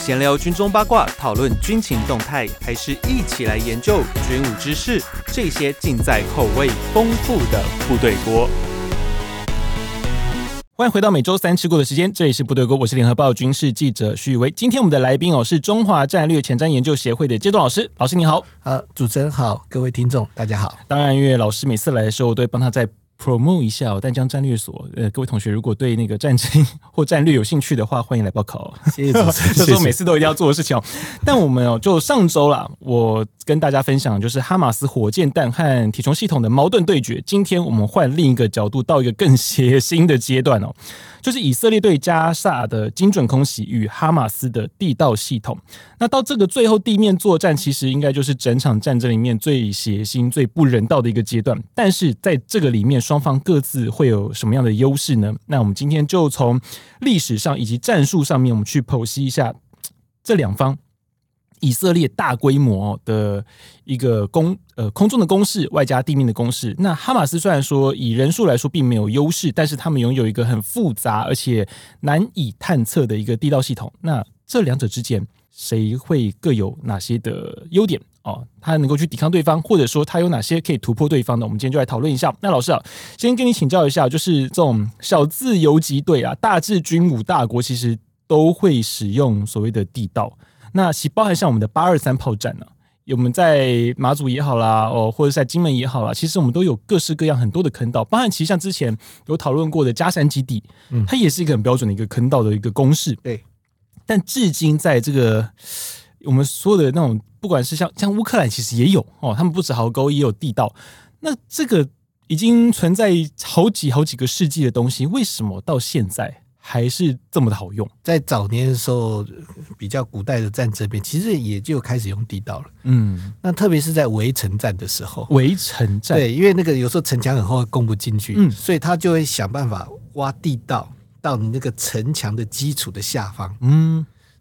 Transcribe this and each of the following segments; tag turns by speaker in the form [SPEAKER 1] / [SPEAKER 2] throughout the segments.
[SPEAKER 1] 闲聊军中八卦，讨论军情动态，还是一起来研究军武知识？这些尽在口味丰富的部队 锅。
[SPEAKER 2] 欢迎回到每周三吃过的时间，这里是部队锅，我是联合报军事记者徐宇威。今天我们的来宾哦是中华战略前瞻研究协会的阶段老师，老师你好。
[SPEAKER 3] 好，主持人好，各位听众大家好。
[SPEAKER 2] 当然，因为老师每次来的时候，我都会帮他再 promote 一下、哦、淡江战略所。呃，各位同学如果对那个战争或战略有兴趣的话，欢迎来报考哦。
[SPEAKER 3] 谢谢主持 人，
[SPEAKER 2] 这
[SPEAKER 3] 谢
[SPEAKER 2] 是我
[SPEAKER 3] 谢
[SPEAKER 2] 每次都一定要做的事情哦。但我们哦，就上周啦，我跟大家分享就是哈马斯火箭弹和体重系统的矛盾对决。今天我们换另一个角度，到一个更血腥的阶段哦，就是以色列对加萨的精准空袭与哈马斯的地道系统。那到这个最后地面作战，其实应该就是整场战争里面最血腥、最不人道的一个阶段。但是在这个里面，双方各自会有什么样的优势呢？那我们今天就从历史上以及战术上面，我们去剖析一下嘖这两方。以色列大规模的一个攻呃空中的攻势，外加地面的攻势。那哈马斯虽然说以人数来说并没有优势，但是他们拥有一个很复杂而且难以探测的一个地道系统。那这两者之间，谁会各有哪些的优点？哦，他能够去抵抗对方，或者说他有哪些可以突破对方的？我们今天就来讨论一下。那老师啊，先跟你请教一下，就是这种小字游击队啊，大至军武大国其实都会使用所谓的地道。那其包含像我们的八二三炮战呢、我们在马祖也好啦，哦，或者在金门也好啦，其实我们都有各式各样很多的坑道，包含其实像之前有讨论过的嘉山基地，
[SPEAKER 3] 嗯
[SPEAKER 2] 它也是一个很标准的一个坑道的一个公式。
[SPEAKER 3] 对，
[SPEAKER 2] 但至今在这个我们说的那种，不管是像像乌克兰，其实也有哦，他们不止壕沟，也有地道。那这个已经存在好几好几个世纪的东西，为什么到现在还是这么的好用？
[SPEAKER 3] 在早年的时候，呃比较古代的战争边，其实也就开始用地道了。
[SPEAKER 2] 嗯，
[SPEAKER 3] 那特别是在围城战的时候，
[SPEAKER 2] 围城战，
[SPEAKER 3] 对，因为那个有时候城墙很厚，攻不进去，
[SPEAKER 2] 嗯
[SPEAKER 3] 所以他就会想办法挖地道到你那个城墙的基础的下方。
[SPEAKER 2] 嗯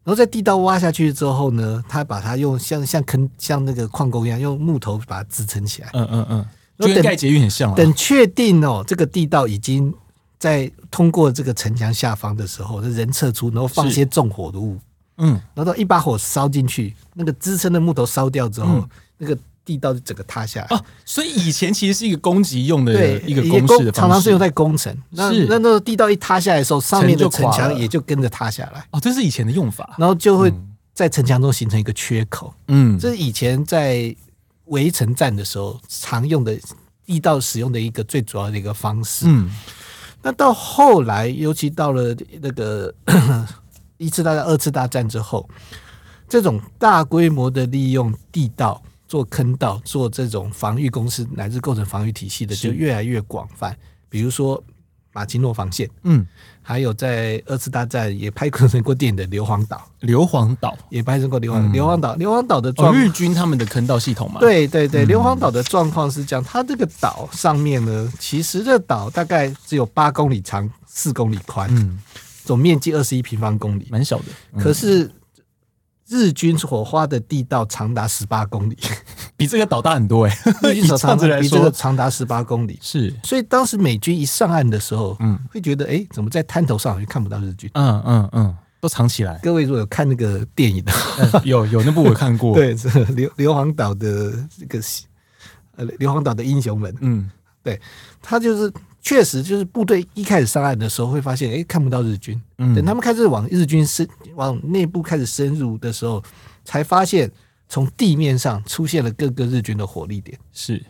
[SPEAKER 3] 然后在地道挖下去之后呢，他把它用像像坑像那个矿工一样，用木头把它支撑起来。
[SPEAKER 2] 嗯嗯嗯，
[SPEAKER 3] 那
[SPEAKER 2] 就跟
[SPEAKER 3] 等
[SPEAKER 2] 盖捷运很像啊。
[SPEAKER 3] 等确定哦，这个地道已经在通过这个城墙下方的时候，那人撤出，然后放
[SPEAKER 2] 是
[SPEAKER 3] 些纵火的物，
[SPEAKER 2] 嗯
[SPEAKER 3] 然后到一把火烧进去，那个支撑的木头烧掉之后，
[SPEAKER 2] 嗯
[SPEAKER 3] 那个地道就整个塌下来。
[SPEAKER 2] 哦，所以以前其实是一个攻击用的
[SPEAKER 3] 对，
[SPEAKER 2] 一个
[SPEAKER 3] 也
[SPEAKER 2] 公式的方式，
[SPEAKER 3] 常常是用在工程。那
[SPEAKER 2] 是
[SPEAKER 3] 那那个地道一塌下来的时候，上面的
[SPEAKER 2] 城就
[SPEAKER 3] 城
[SPEAKER 2] 垮
[SPEAKER 3] 墙
[SPEAKER 2] 了
[SPEAKER 3] 也就跟着塌下来，
[SPEAKER 2] 哦，这是以前的用法。
[SPEAKER 3] 然后就会
[SPEAKER 2] 嗯
[SPEAKER 3] 在城墙中形成一个缺口。
[SPEAKER 2] 嗯，
[SPEAKER 3] 这是以前在围城战的时候常用的地道使用的一个最主要的一个方式。
[SPEAKER 2] 嗯
[SPEAKER 3] 那到后来，尤其到了那个 一次大战、二次大战之后，这种大规模的利用地道做坑道、做这种防御工事乃至构成防御体系的，
[SPEAKER 2] 是
[SPEAKER 3] 就越来越广泛。比如说马奇诺防线，
[SPEAKER 2] 嗯，
[SPEAKER 3] 还有在二次大战也拍摄过电影的硫磺岛，
[SPEAKER 2] 硫磺岛
[SPEAKER 3] 也拍摄过硫磺
[SPEAKER 2] 嗯
[SPEAKER 3] 硫磺岛。硫磺岛的
[SPEAKER 2] 哦，嗯
[SPEAKER 3] 状
[SPEAKER 2] 日军他们的坑道系统嘛。，
[SPEAKER 3] 对对对，硫磺岛的状况是这样，它这个岛上面呢，其实这岛大概只有八公里长、四公里宽，
[SPEAKER 2] 嗯，
[SPEAKER 3] 总面积二十一平方公里。
[SPEAKER 2] 蛮小的，嗯
[SPEAKER 3] 可是日军所花的地道长达十 八公里，
[SPEAKER 2] 比这个岛大很多 哎。
[SPEAKER 3] 日军所
[SPEAKER 2] 这样
[SPEAKER 3] 长
[SPEAKER 2] 子来
[SPEAKER 3] 比这个
[SPEAKER 2] 说，
[SPEAKER 3] 长达十八公里。
[SPEAKER 2] 是，
[SPEAKER 3] 所以当时美军一上岸的时候，
[SPEAKER 2] 嗯
[SPEAKER 3] 会觉得哎，诶怎么在滩头上好像看不到日军？
[SPEAKER 2] 嗯嗯嗯，都藏起 来。
[SPEAKER 3] 各位如果有看那个电影的话，
[SPEAKER 2] 嗯有有那部我看过，，
[SPEAKER 3] 对，这个硫硫磺岛的这个呃硫磺岛的英雄们，
[SPEAKER 2] 嗯
[SPEAKER 3] 他就是确实就是部队一开始上岸的时候会发现，哎、看不到日军。
[SPEAKER 2] 嗯，
[SPEAKER 3] 等他们开始往日军深往内部开始深入的时候，才发现从地面上出现了各个日军的火力点。
[SPEAKER 2] 是，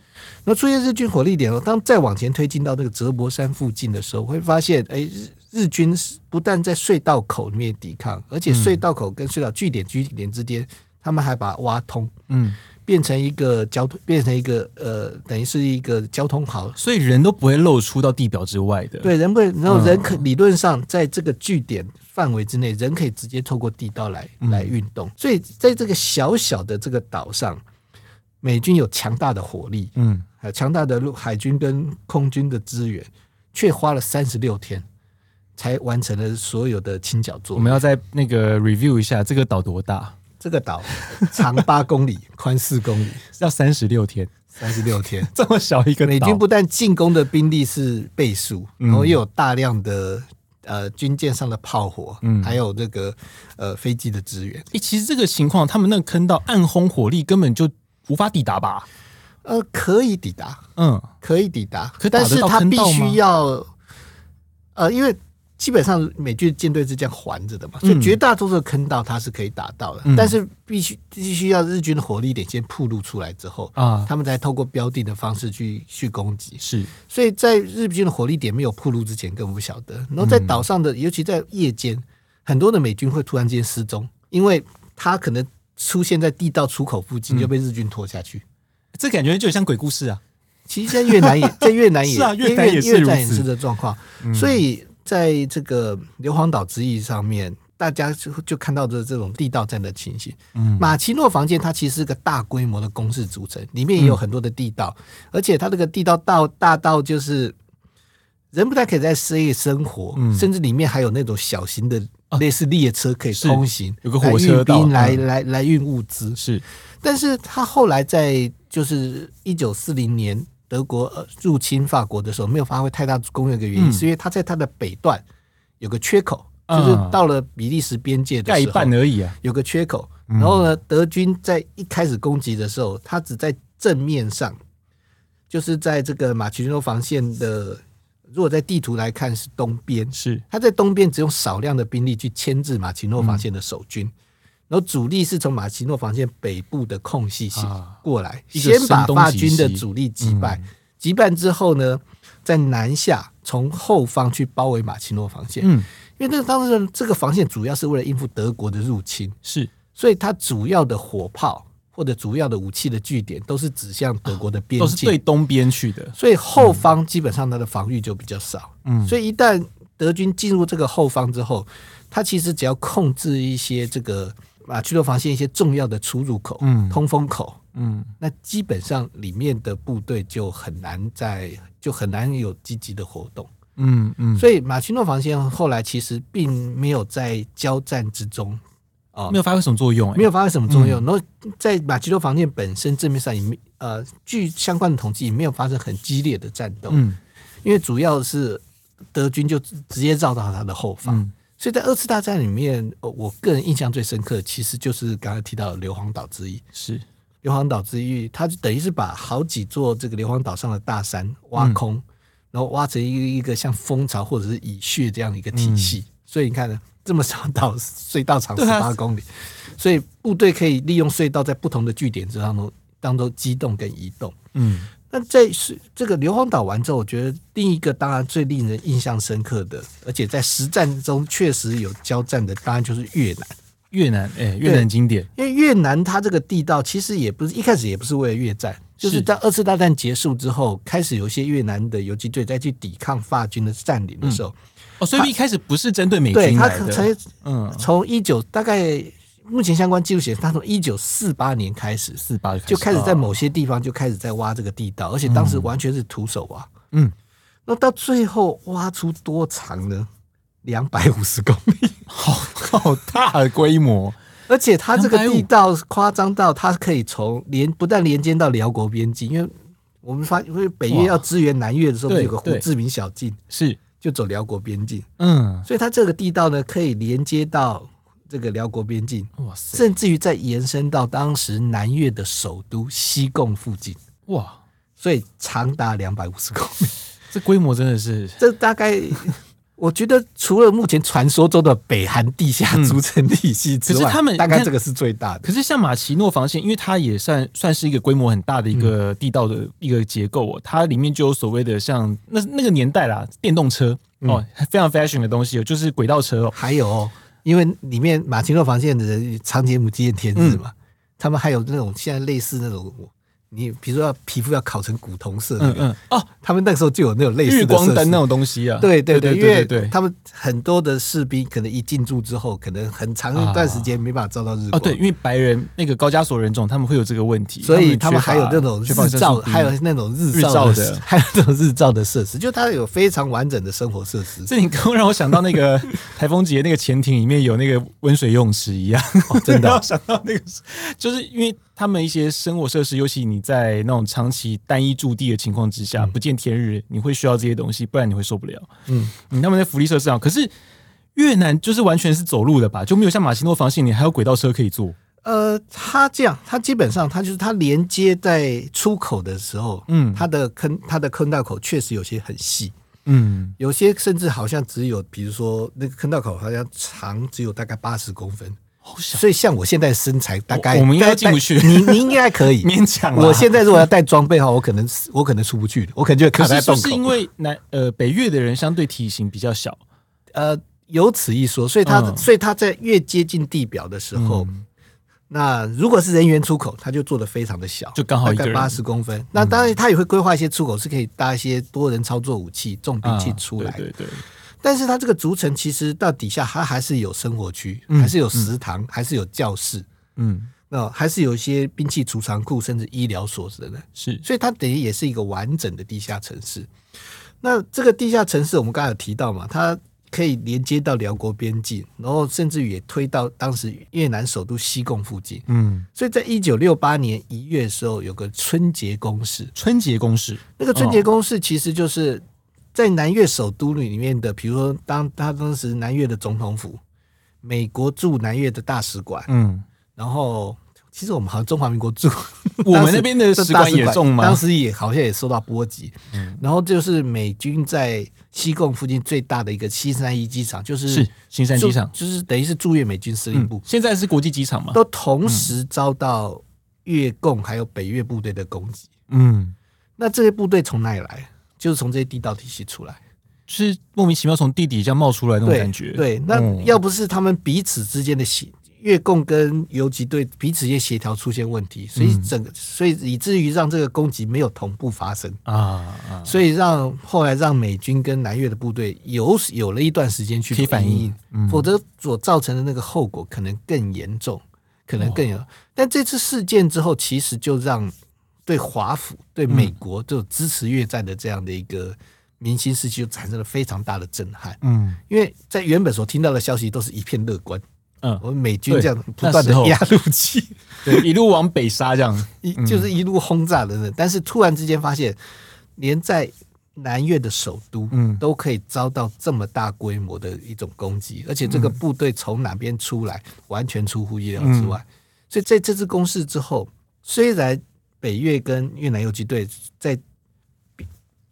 [SPEAKER 3] 那出现日军火力点了，当再往前推进到那个折伯山附近的时候，会发现，哎、日日军是不但在隧道口里面抵抗，而且隧道口跟隧道据点据点之间，他们还把它挖通，
[SPEAKER 2] 嗯，
[SPEAKER 3] 变成一个交通，变成一个呃，等于是一个交通壕
[SPEAKER 2] 所以人都不会露出到地表之外的。，
[SPEAKER 3] 对，人不，然后
[SPEAKER 2] 嗯
[SPEAKER 3] 人可理论上在这个据点范围之内，人可以直接透过地道来来运动。所以在这个小小的这个岛上，美军有强大的火力，
[SPEAKER 2] 嗯，
[SPEAKER 3] 还有强大的陆海军跟空军的资源，却花了三十六天才完成了所有的清剿
[SPEAKER 2] 我
[SPEAKER 3] 作业。
[SPEAKER 2] 们要再那个 review 一下这个岛多大，
[SPEAKER 3] 这个岛长八公里，宽四公里，
[SPEAKER 2] 要三十六天，
[SPEAKER 3] 三十六天。
[SPEAKER 2] 这么小一个岛，嗯
[SPEAKER 3] 美军不但进攻的兵力是倍数，然后又有大量的呃军舰上的炮火，
[SPEAKER 2] 嗯
[SPEAKER 3] 还有这个呃飞机的支援。
[SPEAKER 2] 诶其实这个情况，他们那个坑道暗轰火力根本就无法抵达吧？
[SPEAKER 3] 呃，可以抵达，
[SPEAKER 2] 嗯，
[SPEAKER 3] 可以抵达，
[SPEAKER 2] 可以打
[SPEAKER 3] 但
[SPEAKER 2] 得
[SPEAKER 3] 是
[SPEAKER 2] 到
[SPEAKER 3] 它
[SPEAKER 2] 坑
[SPEAKER 3] 必
[SPEAKER 2] 道吗
[SPEAKER 3] 须要，呃，因为基本上美军的舰队是这样环着的嘛，所以
[SPEAKER 2] 嗯
[SPEAKER 3] 绝大多数的坑道它是可以打到的，
[SPEAKER 2] 嗯
[SPEAKER 3] 但是必须必须要日军的火力点先暴露出来之后。
[SPEAKER 2] 啊，
[SPEAKER 3] 他们才透过标定的方式去去攻击，
[SPEAKER 2] 是
[SPEAKER 3] 所以在日军的火力点没有暴露之前，根本不晓得。然后在岛上的，尤其在夜间，很多的美军会突然间失踪，因为他可能出现在地道出口附近就被日军拖下去。
[SPEAKER 2] 这感觉就很像鬼故事啊。
[SPEAKER 3] 其实，在 越南也在越南也
[SPEAKER 2] 是啊越
[SPEAKER 3] 越
[SPEAKER 2] 南也是
[SPEAKER 3] 越南
[SPEAKER 2] 如
[SPEAKER 3] 也
[SPEAKER 2] 此嗯
[SPEAKER 3] 是的状况，所以在这个硫磺岛之役上面，大家就就看到的这种地道战的情形。
[SPEAKER 2] 嗯
[SPEAKER 3] 马奇诺防线它其实是个大规模的工事组成，里面也有很多的地道，
[SPEAKER 2] 嗯
[SPEAKER 3] 而且它这个地道道大道就是。人不太可以在室内生活，
[SPEAKER 2] 嗯啊
[SPEAKER 3] 甚至里面还有那种小型的类似列车可以
[SPEAKER 2] 是
[SPEAKER 3] 通行，
[SPEAKER 2] 有个火车道
[SPEAKER 3] 来
[SPEAKER 2] 嗯
[SPEAKER 3] 运兵来来来运物资。
[SPEAKER 2] 是
[SPEAKER 3] 但是他后来在就是一九四零年德国呃入侵法国的时候，没有发挥太大功用的原因，
[SPEAKER 2] 嗯
[SPEAKER 3] 是因为他在他的北段有个缺口，就
[SPEAKER 2] 啊
[SPEAKER 3] 是到了比利时边界的
[SPEAKER 2] 盖一
[SPEAKER 3] 时候
[SPEAKER 2] 半而已啊。
[SPEAKER 3] 有个缺口。然后呢，德军在一开始攻击的时候，他只在正面上，就是在这个马奇诺防线的，如果在地图来看是东边，
[SPEAKER 2] 是
[SPEAKER 3] 他在东边只用少量的兵力去牵制马奇诺防线的守军，然后主力是从马奇诺防线北部的空隙袭
[SPEAKER 2] 啊
[SPEAKER 3] 过来，
[SPEAKER 2] 一个
[SPEAKER 3] 先把
[SPEAKER 2] 声东嗯
[SPEAKER 3] 法
[SPEAKER 2] 击
[SPEAKER 3] 军的
[SPEAKER 2] 西
[SPEAKER 3] 主力击败，击败之后呢，再南下从后方去包围马奇诺防线，
[SPEAKER 2] 嗯
[SPEAKER 3] 因为那个当时这个防线主要是为了应付德国的入侵，
[SPEAKER 2] 是
[SPEAKER 3] 所以它主要的火炮或者主要的武器的据点都是指向德国的边
[SPEAKER 2] 都是
[SPEAKER 3] 境
[SPEAKER 2] 对，东边去的。
[SPEAKER 3] 所以后方基本上它的防御就比较少。
[SPEAKER 2] 嗯
[SPEAKER 3] 所以一旦德军进入这个后方之后，他其实只要控制一些这个马奇诺防线一些重要的出入口、
[SPEAKER 2] 嗯
[SPEAKER 3] 通风口，
[SPEAKER 2] 嗯
[SPEAKER 3] 那基本上里面的部队就很难在就很难有积极的活动。
[SPEAKER 2] 嗯嗯，
[SPEAKER 3] 所以马奇诺防线后来其实并没有在交战之中啊、
[SPEAKER 2] 没有发挥什么作用、欸。
[SPEAKER 3] 没有发挥什么作用。然后在马奇诺防线本身正面上也没呃，据相关的统计也没有发生很激烈的战斗，
[SPEAKER 2] 嗯
[SPEAKER 3] 因为主要是德军就直接绕到他的后方。
[SPEAKER 2] 嗯
[SPEAKER 3] 所以在二次大战里面，呃我个人印象最深刻，其实就是刚才提到的硫磺岛之役。
[SPEAKER 2] 是
[SPEAKER 3] 硫磺岛之役，它就等于是把好几座这个硫磺岛上的大山挖空，
[SPEAKER 2] 嗯
[SPEAKER 3] 然后挖成一个一个像蜂巢或者是蚁穴这样的一个体系。所以你看呢，这么长岛隧道
[SPEAKER 2] 嗯
[SPEAKER 3] 长
[SPEAKER 2] 对
[SPEAKER 3] 十
[SPEAKER 2] 啊
[SPEAKER 3] 八公里，所以部队可以利用隧道在不同的据点之当中当中机动跟移动。
[SPEAKER 2] 嗯
[SPEAKER 3] 那在是这个硫磺岛完之后，我觉得另一个当然最令人印象深刻的，而且在实战中确实有交战的，当然就是越南。
[SPEAKER 2] 越南哎、欸越南经典
[SPEAKER 3] 因为越南它这个地道其实也不是一开始也不是为了越战，就是在二次大战结束之后，开始有一些越南的游击队在去抵抗法军的占领的时候，
[SPEAKER 2] 哦，所以一开始不是针对美
[SPEAKER 3] 对
[SPEAKER 2] 军
[SPEAKER 3] 他
[SPEAKER 2] 来
[SPEAKER 3] 可
[SPEAKER 2] 的。
[SPEAKER 3] 曾
[SPEAKER 2] 嗯，
[SPEAKER 3] 从一九大概目前相关记录显示，他从一九四八年开始
[SPEAKER 2] 四八
[SPEAKER 3] 就开始在
[SPEAKER 2] 哦
[SPEAKER 3] 某些地方就开始在挖这个地道，而且当时完全是徒手挖。
[SPEAKER 2] 嗯，
[SPEAKER 3] 那到最后挖出多长呢？两百五十公 里，
[SPEAKER 2] 好好大的规模。
[SPEAKER 3] 而且它这个
[SPEAKER 2] 250
[SPEAKER 3] 地道夸张到它可以从连不但连接到辽国边境，因为我们发因为北
[SPEAKER 2] 哇
[SPEAKER 3] 越要支援南越的时候，不
[SPEAKER 2] 对
[SPEAKER 3] 是有个胡
[SPEAKER 2] 对
[SPEAKER 3] 志明小径
[SPEAKER 2] 是
[SPEAKER 3] 就走辽国边境，
[SPEAKER 2] 嗯，
[SPEAKER 3] 所以它这个地道呢可以连接到这个辽国边境，
[SPEAKER 2] 哇塞
[SPEAKER 3] 甚至于再延伸到当时南越的首都西贡附近，
[SPEAKER 2] 哇，
[SPEAKER 3] 所以长达两百五十公里。
[SPEAKER 2] 这规模真的是
[SPEAKER 3] 这大概我觉得除了目前传说中的北韩地下组成体系之外，
[SPEAKER 2] 可是他们
[SPEAKER 3] 大
[SPEAKER 2] 你
[SPEAKER 3] 概
[SPEAKER 2] 看
[SPEAKER 3] 这个是最大的。
[SPEAKER 2] 可是像马奇诺防线，因为它也算算是一个规模很大的一
[SPEAKER 3] 嗯
[SPEAKER 2] 个地道的一个结构哦，它里面就有所谓的像那那个年代啦，电动车
[SPEAKER 3] 嗯
[SPEAKER 2] 哦，非常 fashion 的东西哦，就是轨道车哦，
[SPEAKER 3] 还有哦，因为里面马奇诺防线的人长节母基线天日嘛，
[SPEAKER 2] 嗯
[SPEAKER 3] 他们还有那种现在类似那种，你比如说要皮肤要烤成古铜色那
[SPEAKER 2] 嗯
[SPEAKER 3] 个，
[SPEAKER 2] 嗯哦，
[SPEAKER 3] 他们那时候就有那种类似的
[SPEAKER 2] 日光
[SPEAKER 3] 设
[SPEAKER 2] 灯
[SPEAKER 3] 施
[SPEAKER 2] 那。种东西啊，
[SPEAKER 3] 对对
[SPEAKER 2] 对
[SPEAKER 3] 对，因
[SPEAKER 2] 对
[SPEAKER 3] 为
[SPEAKER 2] 对，
[SPEAKER 3] 他们很多的士兵可能一进驻之后，可能很长一段时间没办法照到日
[SPEAKER 2] 啊
[SPEAKER 3] 光。
[SPEAKER 2] 哦对，因为白人那个高加索人种他们会有这个问题，
[SPEAKER 3] 所以
[SPEAKER 2] 他
[SPEAKER 3] 他
[SPEAKER 2] 们
[SPEAKER 3] 们
[SPEAKER 2] 缺乏
[SPEAKER 3] 还有那种
[SPEAKER 2] 缺乏嗯
[SPEAKER 3] 日
[SPEAKER 2] 生
[SPEAKER 3] 照，
[SPEAKER 2] 素 B
[SPEAKER 3] 还有那种日
[SPEAKER 2] 日
[SPEAKER 3] 照
[SPEAKER 2] 照
[SPEAKER 3] 的
[SPEAKER 2] 的。
[SPEAKER 3] 设，还有那种日照的设施，就它有非常完整的生活设施
[SPEAKER 2] 这你刚让我想到那 个台风节那个潜艇里面有那个温水游泳池一样，
[SPEAKER 3] 哦真的啊
[SPEAKER 2] 让我想到那个，就是因为他们一些生活设施，尤其你在那种长期单一驻地的情况之下，不见天日，你会需要这些东西，不然你会受不了。
[SPEAKER 3] 嗯
[SPEAKER 2] 嗯，他们在福利设施上，可是越南就是完全是走路的吧，就没有像马奇诺防线，你还有轨道车可以坐。
[SPEAKER 3] 呃，它这样，它基本上它就是它连接在出口的时候，
[SPEAKER 2] 嗯
[SPEAKER 3] 它的坑它的坑道口确实有些很细，
[SPEAKER 2] 嗯，
[SPEAKER 3] 有些甚至好像只有，比如说那个坑道口好像长只有大概八十公分，
[SPEAKER 2] 好小，
[SPEAKER 3] 所以像我现在身材大概
[SPEAKER 2] 我我们应该
[SPEAKER 3] 大概
[SPEAKER 2] 进不去
[SPEAKER 3] 你你应该可以。
[SPEAKER 2] 勉强啦。
[SPEAKER 3] 我现在如果要带装备的话，我可能我可能出不去的，我可能就会
[SPEAKER 2] 可
[SPEAKER 3] 卡
[SPEAKER 2] 是
[SPEAKER 3] 在
[SPEAKER 2] 是不
[SPEAKER 3] 洞
[SPEAKER 2] 是因
[SPEAKER 3] 口。
[SPEAKER 2] 为南呃北越的人相对体型比较小，
[SPEAKER 3] 呃，有此一说，所以它、
[SPEAKER 2] 嗯
[SPEAKER 3] 所以它在越接近地表的时候，那如果是人员出口，它就做的非常的小，
[SPEAKER 2] 就刚好一个
[SPEAKER 3] 大概
[SPEAKER 2] 人嗯
[SPEAKER 3] 八十公分。那当然，它也会规划一些出口是可以搭一些多人操作武器、重兵器
[SPEAKER 2] 啊
[SPEAKER 3] 出来的。
[SPEAKER 2] 对对对，
[SPEAKER 3] 但是它这个逐层其实到底下它还是有生活区，
[SPEAKER 2] 嗯
[SPEAKER 3] 还是有食堂，还是有教室，
[SPEAKER 2] 嗯，
[SPEAKER 3] 那还是有一些兵器储藏库，甚至医疗所之类的。
[SPEAKER 2] 是
[SPEAKER 3] 所以它等于也是一个完整的地下城市。那这个地下城市，我们刚才有提到嘛，它可以连接到辽国边境，然后甚至于也推到当时越南首都西贡附近。
[SPEAKER 2] 嗯，
[SPEAKER 3] 所以在一九六八年一月的时候，有个春节攻势，
[SPEAKER 2] 春节公式，
[SPEAKER 3] 那个春节攻势其实就是在南越首都里面的，比如说当他当时南越的总统府、美国驻南越的大使馆，
[SPEAKER 2] 嗯，
[SPEAKER 3] 然后其实我们好像中华民国驻
[SPEAKER 2] 我们那边 的
[SPEAKER 3] 当时
[SPEAKER 2] 使馆也中吗嗯
[SPEAKER 3] 当时也好像也受到波及，然后就是美军在西贡附近最大的一个西三一机场，就是
[SPEAKER 2] 是新山机场，
[SPEAKER 3] 驻就是等于是驻越美军司令部
[SPEAKER 2] 嗯，，现在是国际机场嘛，
[SPEAKER 3] 都同时遭到越共还有北越部队的攻击。
[SPEAKER 2] 嗯，
[SPEAKER 3] 那这些部队从哪里来？就是从这些地道体系出来。
[SPEAKER 2] 是莫名其妙从地底下冒出来那种
[SPEAKER 3] 对
[SPEAKER 2] 感觉，
[SPEAKER 3] 对，那
[SPEAKER 2] 嗯
[SPEAKER 3] 要不是他们彼此之间的协越共跟游击队彼此间协调出现问
[SPEAKER 2] 嗯
[SPEAKER 3] 题，所以整个、所以以至于让这个攻击没有同步发生，
[SPEAKER 2] 啊啊，
[SPEAKER 3] 所以让后来让美军跟南越的部队有有了一段时间去
[SPEAKER 2] 可以反应嗯
[SPEAKER 3] 应，否则所造成的那个后果可能更严重，可能更有。但这次事件之后，其实就让对华府、对美
[SPEAKER 2] 嗯
[SPEAKER 3] 国就支持越战的这样的一个民心士气，就产生了非常大的震撼。
[SPEAKER 2] 嗯
[SPEAKER 3] 因为在原本所听到的消息都是一片乐观，我
[SPEAKER 2] 嗯，
[SPEAKER 3] 们美军这样
[SPEAKER 2] 对
[SPEAKER 3] 不断的
[SPEAKER 2] 那时候嗯
[SPEAKER 3] 压路机，
[SPEAKER 2] 对，一路往北杀这样，
[SPEAKER 3] 一就是一路轰炸等等，但是突然之间发现，连在南越的首都，
[SPEAKER 2] 嗯
[SPEAKER 3] 都可以遭到这么大规模的一种攻击，而且这个
[SPEAKER 2] 嗯
[SPEAKER 3] 部队从哪边出来，完全出乎意料之外。
[SPEAKER 2] 嗯
[SPEAKER 3] 所以在这次攻势之后，虽然北越跟越南游击队在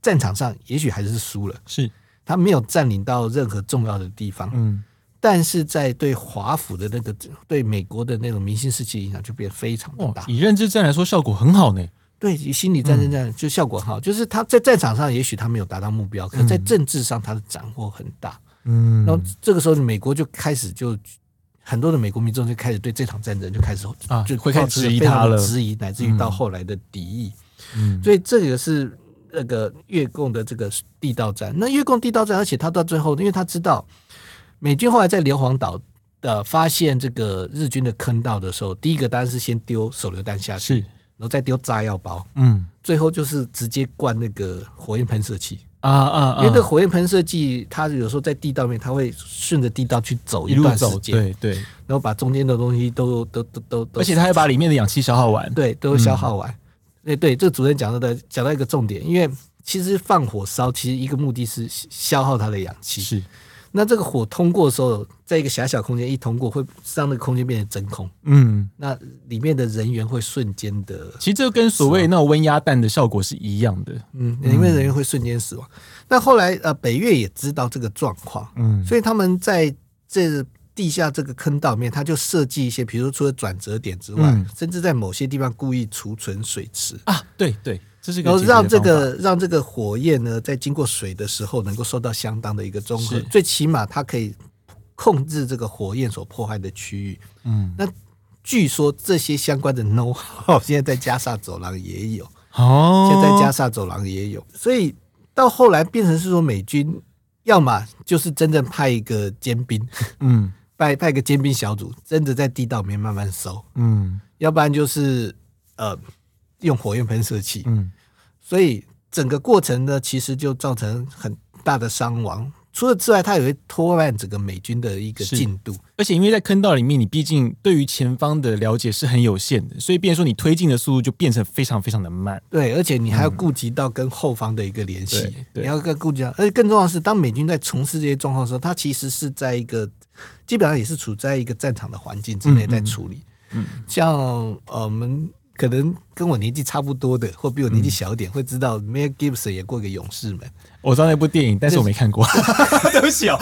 [SPEAKER 3] 战场上也许还是输了，
[SPEAKER 2] 是，
[SPEAKER 3] 他没有占领到任何重要的地方，
[SPEAKER 2] 嗯
[SPEAKER 3] 但是在对华府的那个对美国的那种民心士气影响就变非常的
[SPEAKER 2] 哇
[SPEAKER 3] 大，。
[SPEAKER 2] 以认知战来说效果很好呢，
[SPEAKER 3] 对，以心理战争这
[SPEAKER 2] 嗯
[SPEAKER 3] 样就效果很好，就是他在战场上也许他没有达到目标，可是在政治上他的斩获很大。
[SPEAKER 2] 嗯
[SPEAKER 3] 然后这个时候美国就开始就很多的美国民众就开始对这场战争就开始
[SPEAKER 2] 啊
[SPEAKER 3] 就
[SPEAKER 2] 会开始
[SPEAKER 3] 抱持
[SPEAKER 2] 质疑
[SPEAKER 3] 非常
[SPEAKER 2] 他了
[SPEAKER 3] 质疑乃至于到后来的敌意。
[SPEAKER 2] 嗯
[SPEAKER 3] 所以这个是那个越共的这个地道战。那越共地道战，而且他到最后，因为他知道美军后来在硫磺岛呃发现这个日军的坑道的时候，第一个当然是先丢手榴弹下去，
[SPEAKER 2] 是，
[SPEAKER 3] 然后再丢炸药包，
[SPEAKER 2] 嗯
[SPEAKER 3] 最后就是直接灌那个火焰喷射器。
[SPEAKER 2] 啊啊，啊
[SPEAKER 3] 因为这火焰喷射器，它有时候在地道面，它会顺着地道去走
[SPEAKER 2] 一
[SPEAKER 3] 一
[SPEAKER 2] 路
[SPEAKER 3] 段时
[SPEAKER 2] 走，
[SPEAKER 3] 间，
[SPEAKER 2] 对对，
[SPEAKER 3] 然后把中间的东西都都都都都，
[SPEAKER 2] 而且他还把里面的氧气消耗完，
[SPEAKER 3] 对都消耗完。对对，这个主任讲到的讲到一个重点，因为其实放火烧，其实一个目的是消耗它的氧气。
[SPEAKER 2] 是，
[SPEAKER 3] 那这个火通过的时候，在一个狭小空间一通过，会让那个空间变成真空，
[SPEAKER 2] 嗯，
[SPEAKER 3] 那里面的人员会瞬间的
[SPEAKER 2] 其实这跟所
[SPEAKER 3] 啊
[SPEAKER 2] 谓那种温压弹的效果是一样的，
[SPEAKER 3] 嗯，里面人员会瞬间死亡。那后来呃，北越也知道这个状况，
[SPEAKER 2] 嗯
[SPEAKER 3] 所以他们在这地下这个坑道里面，他就设计一些，比如说除了转折点之外，
[SPEAKER 2] 嗯
[SPEAKER 3] 甚至在某些地方故意储存水池，
[SPEAKER 2] 啊，对对，这是个
[SPEAKER 3] 然后
[SPEAKER 2] 解决的
[SPEAKER 3] 让这
[SPEAKER 2] 方法
[SPEAKER 3] 个让这个火焰呢，在经过水的时候能够受到相当的一个中和
[SPEAKER 2] 是，
[SPEAKER 3] 最起码它可以控制这个火焰所破坏的区域。
[SPEAKER 2] 嗯
[SPEAKER 3] 那据说这些相关的 know how 现在在加沙走廊也有。
[SPEAKER 2] 哦，
[SPEAKER 3] 现在加沙走廊也有，所以到后来变成是说美军要么就是真正派一个尖兵，
[SPEAKER 2] 嗯
[SPEAKER 3] 派派一个尖兵小组，真的在地道里面慢慢搜，
[SPEAKER 2] 嗯
[SPEAKER 3] 要不然就是呃用火焰喷射器，
[SPEAKER 2] 嗯
[SPEAKER 3] 所以整个过程呢，其实就造成很大的伤亡。除了之外，它也会拖慢整个美军的一个
[SPEAKER 2] 是
[SPEAKER 3] 进度。
[SPEAKER 2] 而且因为在坑道里面，你毕竟对于前方的了解是很有限的，所以变成说你推进的速度就变成非常非常的慢。
[SPEAKER 3] 对，而且你还要顾及到跟后方的一个联系，
[SPEAKER 2] 嗯对对
[SPEAKER 3] 你要跟顾及到，而且更重要的是，当美军在从事这些状况的时候，它其实是在一个基本上也是处在一个战场的环境之内
[SPEAKER 2] 嗯嗯
[SPEAKER 3] 在处理。像呃我们可能跟我年纪差不多的，或比我年纪
[SPEAKER 2] 嗯
[SPEAKER 3] 小一点，会知道 Mel Gibson 也过一个勇士们
[SPEAKER 2] 我知道那部电影，但是我没看 过，对不起哦。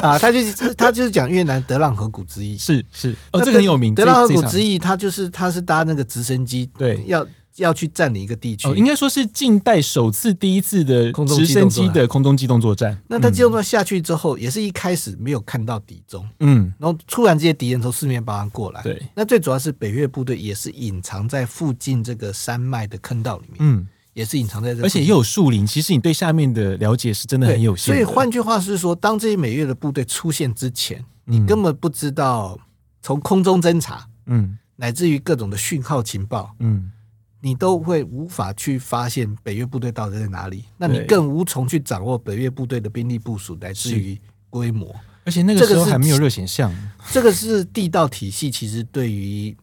[SPEAKER 3] 啊，他就是他就是讲越南德朗河谷之役。
[SPEAKER 2] 是是，哦，
[SPEAKER 3] 那
[SPEAKER 2] 这个很有名。
[SPEAKER 3] 德德朗河
[SPEAKER 2] 这
[SPEAKER 3] 谷
[SPEAKER 2] 这场
[SPEAKER 3] 之役，他就是他是搭那个直升机，
[SPEAKER 2] 对
[SPEAKER 3] 要要去占领一个地区。
[SPEAKER 2] 哦，应该说是近代首次第一次的
[SPEAKER 3] 空中
[SPEAKER 2] 直
[SPEAKER 3] 机
[SPEAKER 2] 升
[SPEAKER 3] 动作
[SPEAKER 2] 机
[SPEAKER 3] 战
[SPEAKER 2] 的空中机动作战。
[SPEAKER 3] 那他机动队下去之后，也是一开始没有看到敌踪，
[SPEAKER 2] 嗯，
[SPEAKER 3] 然后突然这些敌人从四面八方过来。
[SPEAKER 2] 对，
[SPEAKER 3] 那最主要是北越部队也是隐藏在附近这个山脉的坑道里面，
[SPEAKER 2] 嗯，
[SPEAKER 3] 也是隐藏在这附近，
[SPEAKER 2] 而且也有树林，其实你对下面的了解是真的
[SPEAKER 3] 对
[SPEAKER 2] 很有限
[SPEAKER 3] 所
[SPEAKER 2] 的。
[SPEAKER 3] 以换句话是说，当这些美越的部队出现之前，
[SPEAKER 2] 你
[SPEAKER 3] 根本不知道从空中侦察
[SPEAKER 2] 嗯
[SPEAKER 3] 乃至于各种的讯号情报，
[SPEAKER 2] 嗯
[SPEAKER 3] 你都会无法去发现北越部队到底在哪里。那你
[SPEAKER 2] 对
[SPEAKER 3] 更无从去掌握北越部队的兵力部署乃至
[SPEAKER 2] 是
[SPEAKER 3] 于规模。
[SPEAKER 2] 嗯，而且那个
[SPEAKER 3] 这个
[SPEAKER 2] 时候
[SPEAKER 3] 是
[SPEAKER 2] 还没有热显像。
[SPEAKER 3] 这个是地道体系，其实对于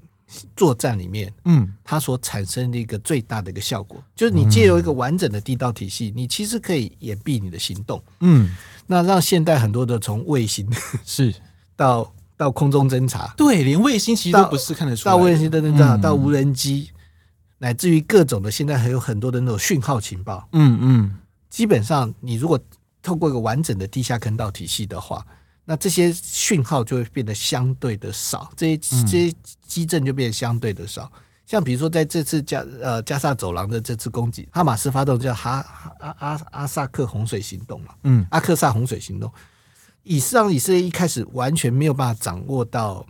[SPEAKER 3] 作战里面
[SPEAKER 2] 嗯，
[SPEAKER 3] 它所产生的一个最大的一个效果，就是你借由一个完整的地道体系，你其实可以掩蔽你的行动，
[SPEAKER 2] 嗯，
[SPEAKER 3] 那让现代很多的从卫星
[SPEAKER 2] 是
[SPEAKER 3] 到到空中侦察，
[SPEAKER 2] 对，连卫星其实都不是看得出来
[SPEAKER 3] 到
[SPEAKER 2] 的。
[SPEAKER 3] 卫星的侦察，
[SPEAKER 2] 嗯
[SPEAKER 3] 到无人机，乃至于各种的现在还有很多的那种讯号情报，
[SPEAKER 2] 嗯嗯，
[SPEAKER 3] 基本上你如果透过一个完整的地下坑道体系的话，那这些讯号就会变得相对的少，这些这些基证就变得相对的少。像比如说，在这次加呃加沙走廊的这次攻击，哈马斯发动叫哈哈阿阿阿萨克洪水行动嘛，
[SPEAKER 2] 嗯，
[SPEAKER 3] 阿克萨洪水行动，以上以色列一开始完全没有办法掌握到，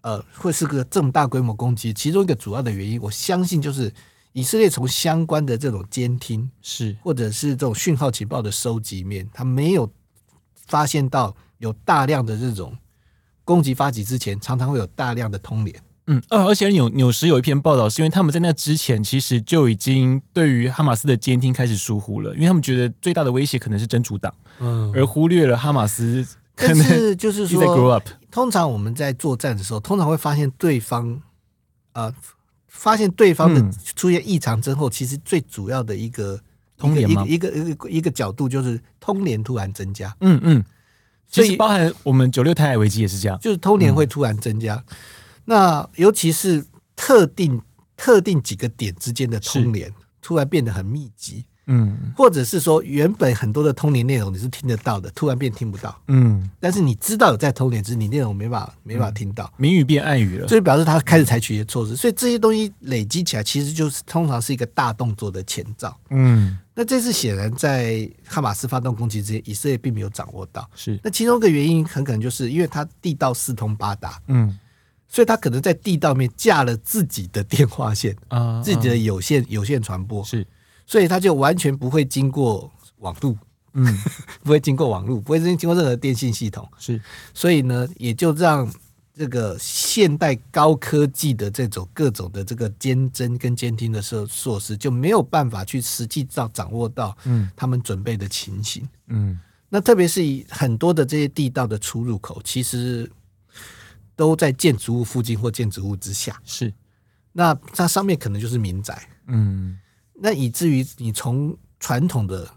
[SPEAKER 3] 呃，会是个这么大规模攻击，其中一个主要的原因，我相信就是以色列从相关的这种监听，
[SPEAKER 2] 是
[SPEAKER 3] 或者是这种讯号情报的收集面，他没有发现到有大量的这种攻击发起之前，常常会有大量的通联。
[SPEAKER 2] 嗯，呃，而且纽纽时有一篇报道，是因为他们在那之前其实就已经对于哈马斯的监听开始疏忽了，因为他们觉得最大的威胁可能是真主党，
[SPEAKER 3] 嗯，
[SPEAKER 2] 而忽略了哈马斯可
[SPEAKER 3] 但
[SPEAKER 2] 能
[SPEAKER 3] 是就是
[SPEAKER 2] 一直在 grow
[SPEAKER 3] 说，
[SPEAKER 2] up。
[SPEAKER 3] 通常我们在作战的时候，通常会发现对方，呃，发现对方的
[SPEAKER 2] 嗯
[SPEAKER 3] 出现异常之后，其实最主要的一个
[SPEAKER 2] 通联
[SPEAKER 3] 一
[SPEAKER 2] 吗
[SPEAKER 3] 个一个一个一个角度就是通联突然增加，
[SPEAKER 2] 嗯嗯，其
[SPEAKER 3] 所
[SPEAKER 2] 实
[SPEAKER 3] 以
[SPEAKER 2] 包含我们九六台海危机也是这样。
[SPEAKER 3] 就是通联会突然增加。那尤其是特定特定几个点之间的
[SPEAKER 2] 是
[SPEAKER 3] 通联突然变得很密集，
[SPEAKER 2] 嗯
[SPEAKER 3] 或者是说原本很多的通联内容你是听得到的，突然变听不到。
[SPEAKER 2] 嗯，
[SPEAKER 3] 但是你知道有在通联，只是你内容没办法没办法听到，
[SPEAKER 2] 明语变暗语了。
[SPEAKER 3] 所以表示他开始采取一些措施。所以这些东西累积起来，其实就是通常是一个大动作的前兆。
[SPEAKER 2] 嗯，
[SPEAKER 3] 那这次显然在哈马斯发动攻击之前，以色列并没有掌握到。
[SPEAKER 2] 是
[SPEAKER 3] 那其中一个原因很可能就是因为他地道四通八达，
[SPEAKER 2] 嗯
[SPEAKER 3] 所以他可能在地道面架了自己的电话线、
[SPEAKER 2] 啊，
[SPEAKER 3] 自己
[SPEAKER 2] 啊
[SPEAKER 3] 的有线有线传播，
[SPEAKER 2] 是
[SPEAKER 3] 所以他就完全不会经过网路，
[SPEAKER 2] 嗯
[SPEAKER 3] 不会经过网路，不会经过任何电信系统，
[SPEAKER 2] 是
[SPEAKER 3] 所以呢，也就让这个现代高科技的这种各种的这个监侦跟监听的设措施就没有办法去实际到掌握到
[SPEAKER 2] 嗯
[SPEAKER 3] 他们准备的情形。
[SPEAKER 2] 嗯
[SPEAKER 3] 那特别是以很多的这些地道的出入口，其实都在建筑物附近或建筑物之下，
[SPEAKER 2] 是
[SPEAKER 3] 那它上面可能就是民宅，
[SPEAKER 2] 嗯
[SPEAKER 3] 那以至于你从传统的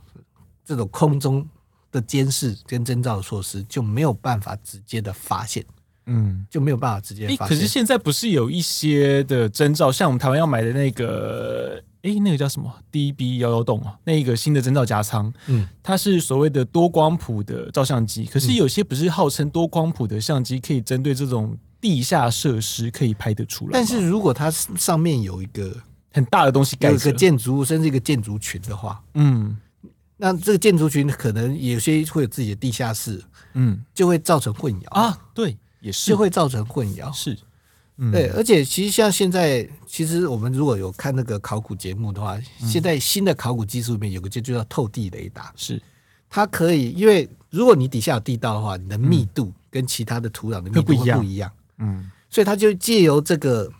[SPEAKER 3] 这种空中的监视跟征兆措施就没有办法直接的发现，
[SPEAKER 2] 嗯。
[SPEAKER 3] 就没有办法直接
[SPEAKER 2] 诶，
[SPEAKER 3] 发
[SPEAKER 2] 可
[SPEAKER 3] 现。
[SPEAKER 2] 是现在不是有一些的征兆，像我们台湾要买的那个，诶，那个叫什么 DB 幺幺洞啊，那个新的征兆加仓，
[SPEAKER 3] 嗯，
[SPEAKER 2] 它是所谓的多光谱的照相机。可是有些不是号称多光谱的相机可以针对这种地下设施可以拍得出来吗，
[SPEAKER 3] 但是如果它上面有一个
[SPEAKER 2] 很大的东西
[SPEAKER 3] 有
[SPEAKER 2] 盖
[SPEAKER 3] 一个
[SPEAKER 2] 着，
[SPEAKER 3] 建筑物，甚至一个建筑群的话，
[SPEAKER 2] 嗯
[SPEAKER 3] 那这个建筑群可能有些会有自己的地下室，
[SPEAKER 2] 嗯
[SPEAKER 3] 就会造成混淆，
[SPEAKER 2] 啊，对，也是
[SPEAKER 3] 就会造成混淆。
[SPEAKER 2] 是，嗯
[SPEAKER 3] 对，而且其实像现在，其实我们如果有看那个考古节目的话，嗯现在新的考古技术里面有个就叫透地雷达，
[SPEAKER 2] 是
[SPEAKER 3] 它可以，因为如果你底下有地道的话，你的密度跟其他的土壤的密度
[SPEAKER 2] 会
[SPEAKER 3] 会
[SPEAKER 2] 不一样
[SPEAKER 3] 不一样，
[SPEAKER 2] 嗯
[SPEAKER 3] 所以它就借由这个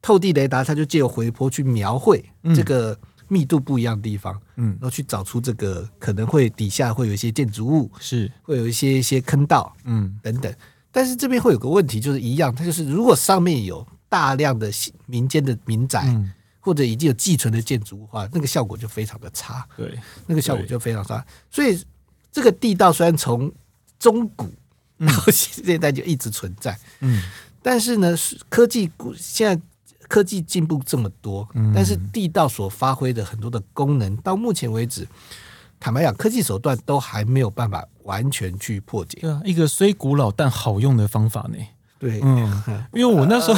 [SPEAKER 3] 透地雷达，它就借由回波去描绘
[SPEAKER 2] 嗯
[SPEAKER 3] 这个密度不一样的地方，
[SPEAKER 2] 嗯
[SPEAKER 3] 然，后去找出这个可能会底下会有一些建筑物，
[SPEAKER 2] 是，
[SPEAKER 3] 会有一些一些坑道
[SPEAKER 2] 嗯，
[SPEAKER 3] 等等。但是这边会有个问题，就是一样，它就是如果上面有大量的民间的民宅，
[SPEAKER 2] 嗯
[SPEAKER 3] 或者已经有寄存的建筑物的话，那个效果就非常的差。
[SPEAKER 2] 对，
[SPEAKER 3] 那个效果
[SPEAKER 2] 嗯对
[SPEAKER 3] 就非常差。所以这个地道虽然从中古到现在就一直存在，
[SPEAKER 2] 嗯，
[SPEAKER 3] 但是呢，是科技古现在科技进步这么多，
[SPEAKER 2] 嗯
[SPEAKER 3] 但是地道所发挥的很多的功能，到目前为止，坦白讲，科技手段都还没有办法完全去破解。
[SPEAKER 2] 对啊，一个虽古老但好用的方法呢。
[SPEAKER 3] 对，
[SPEAKER 2] 嗯，因为我那时候、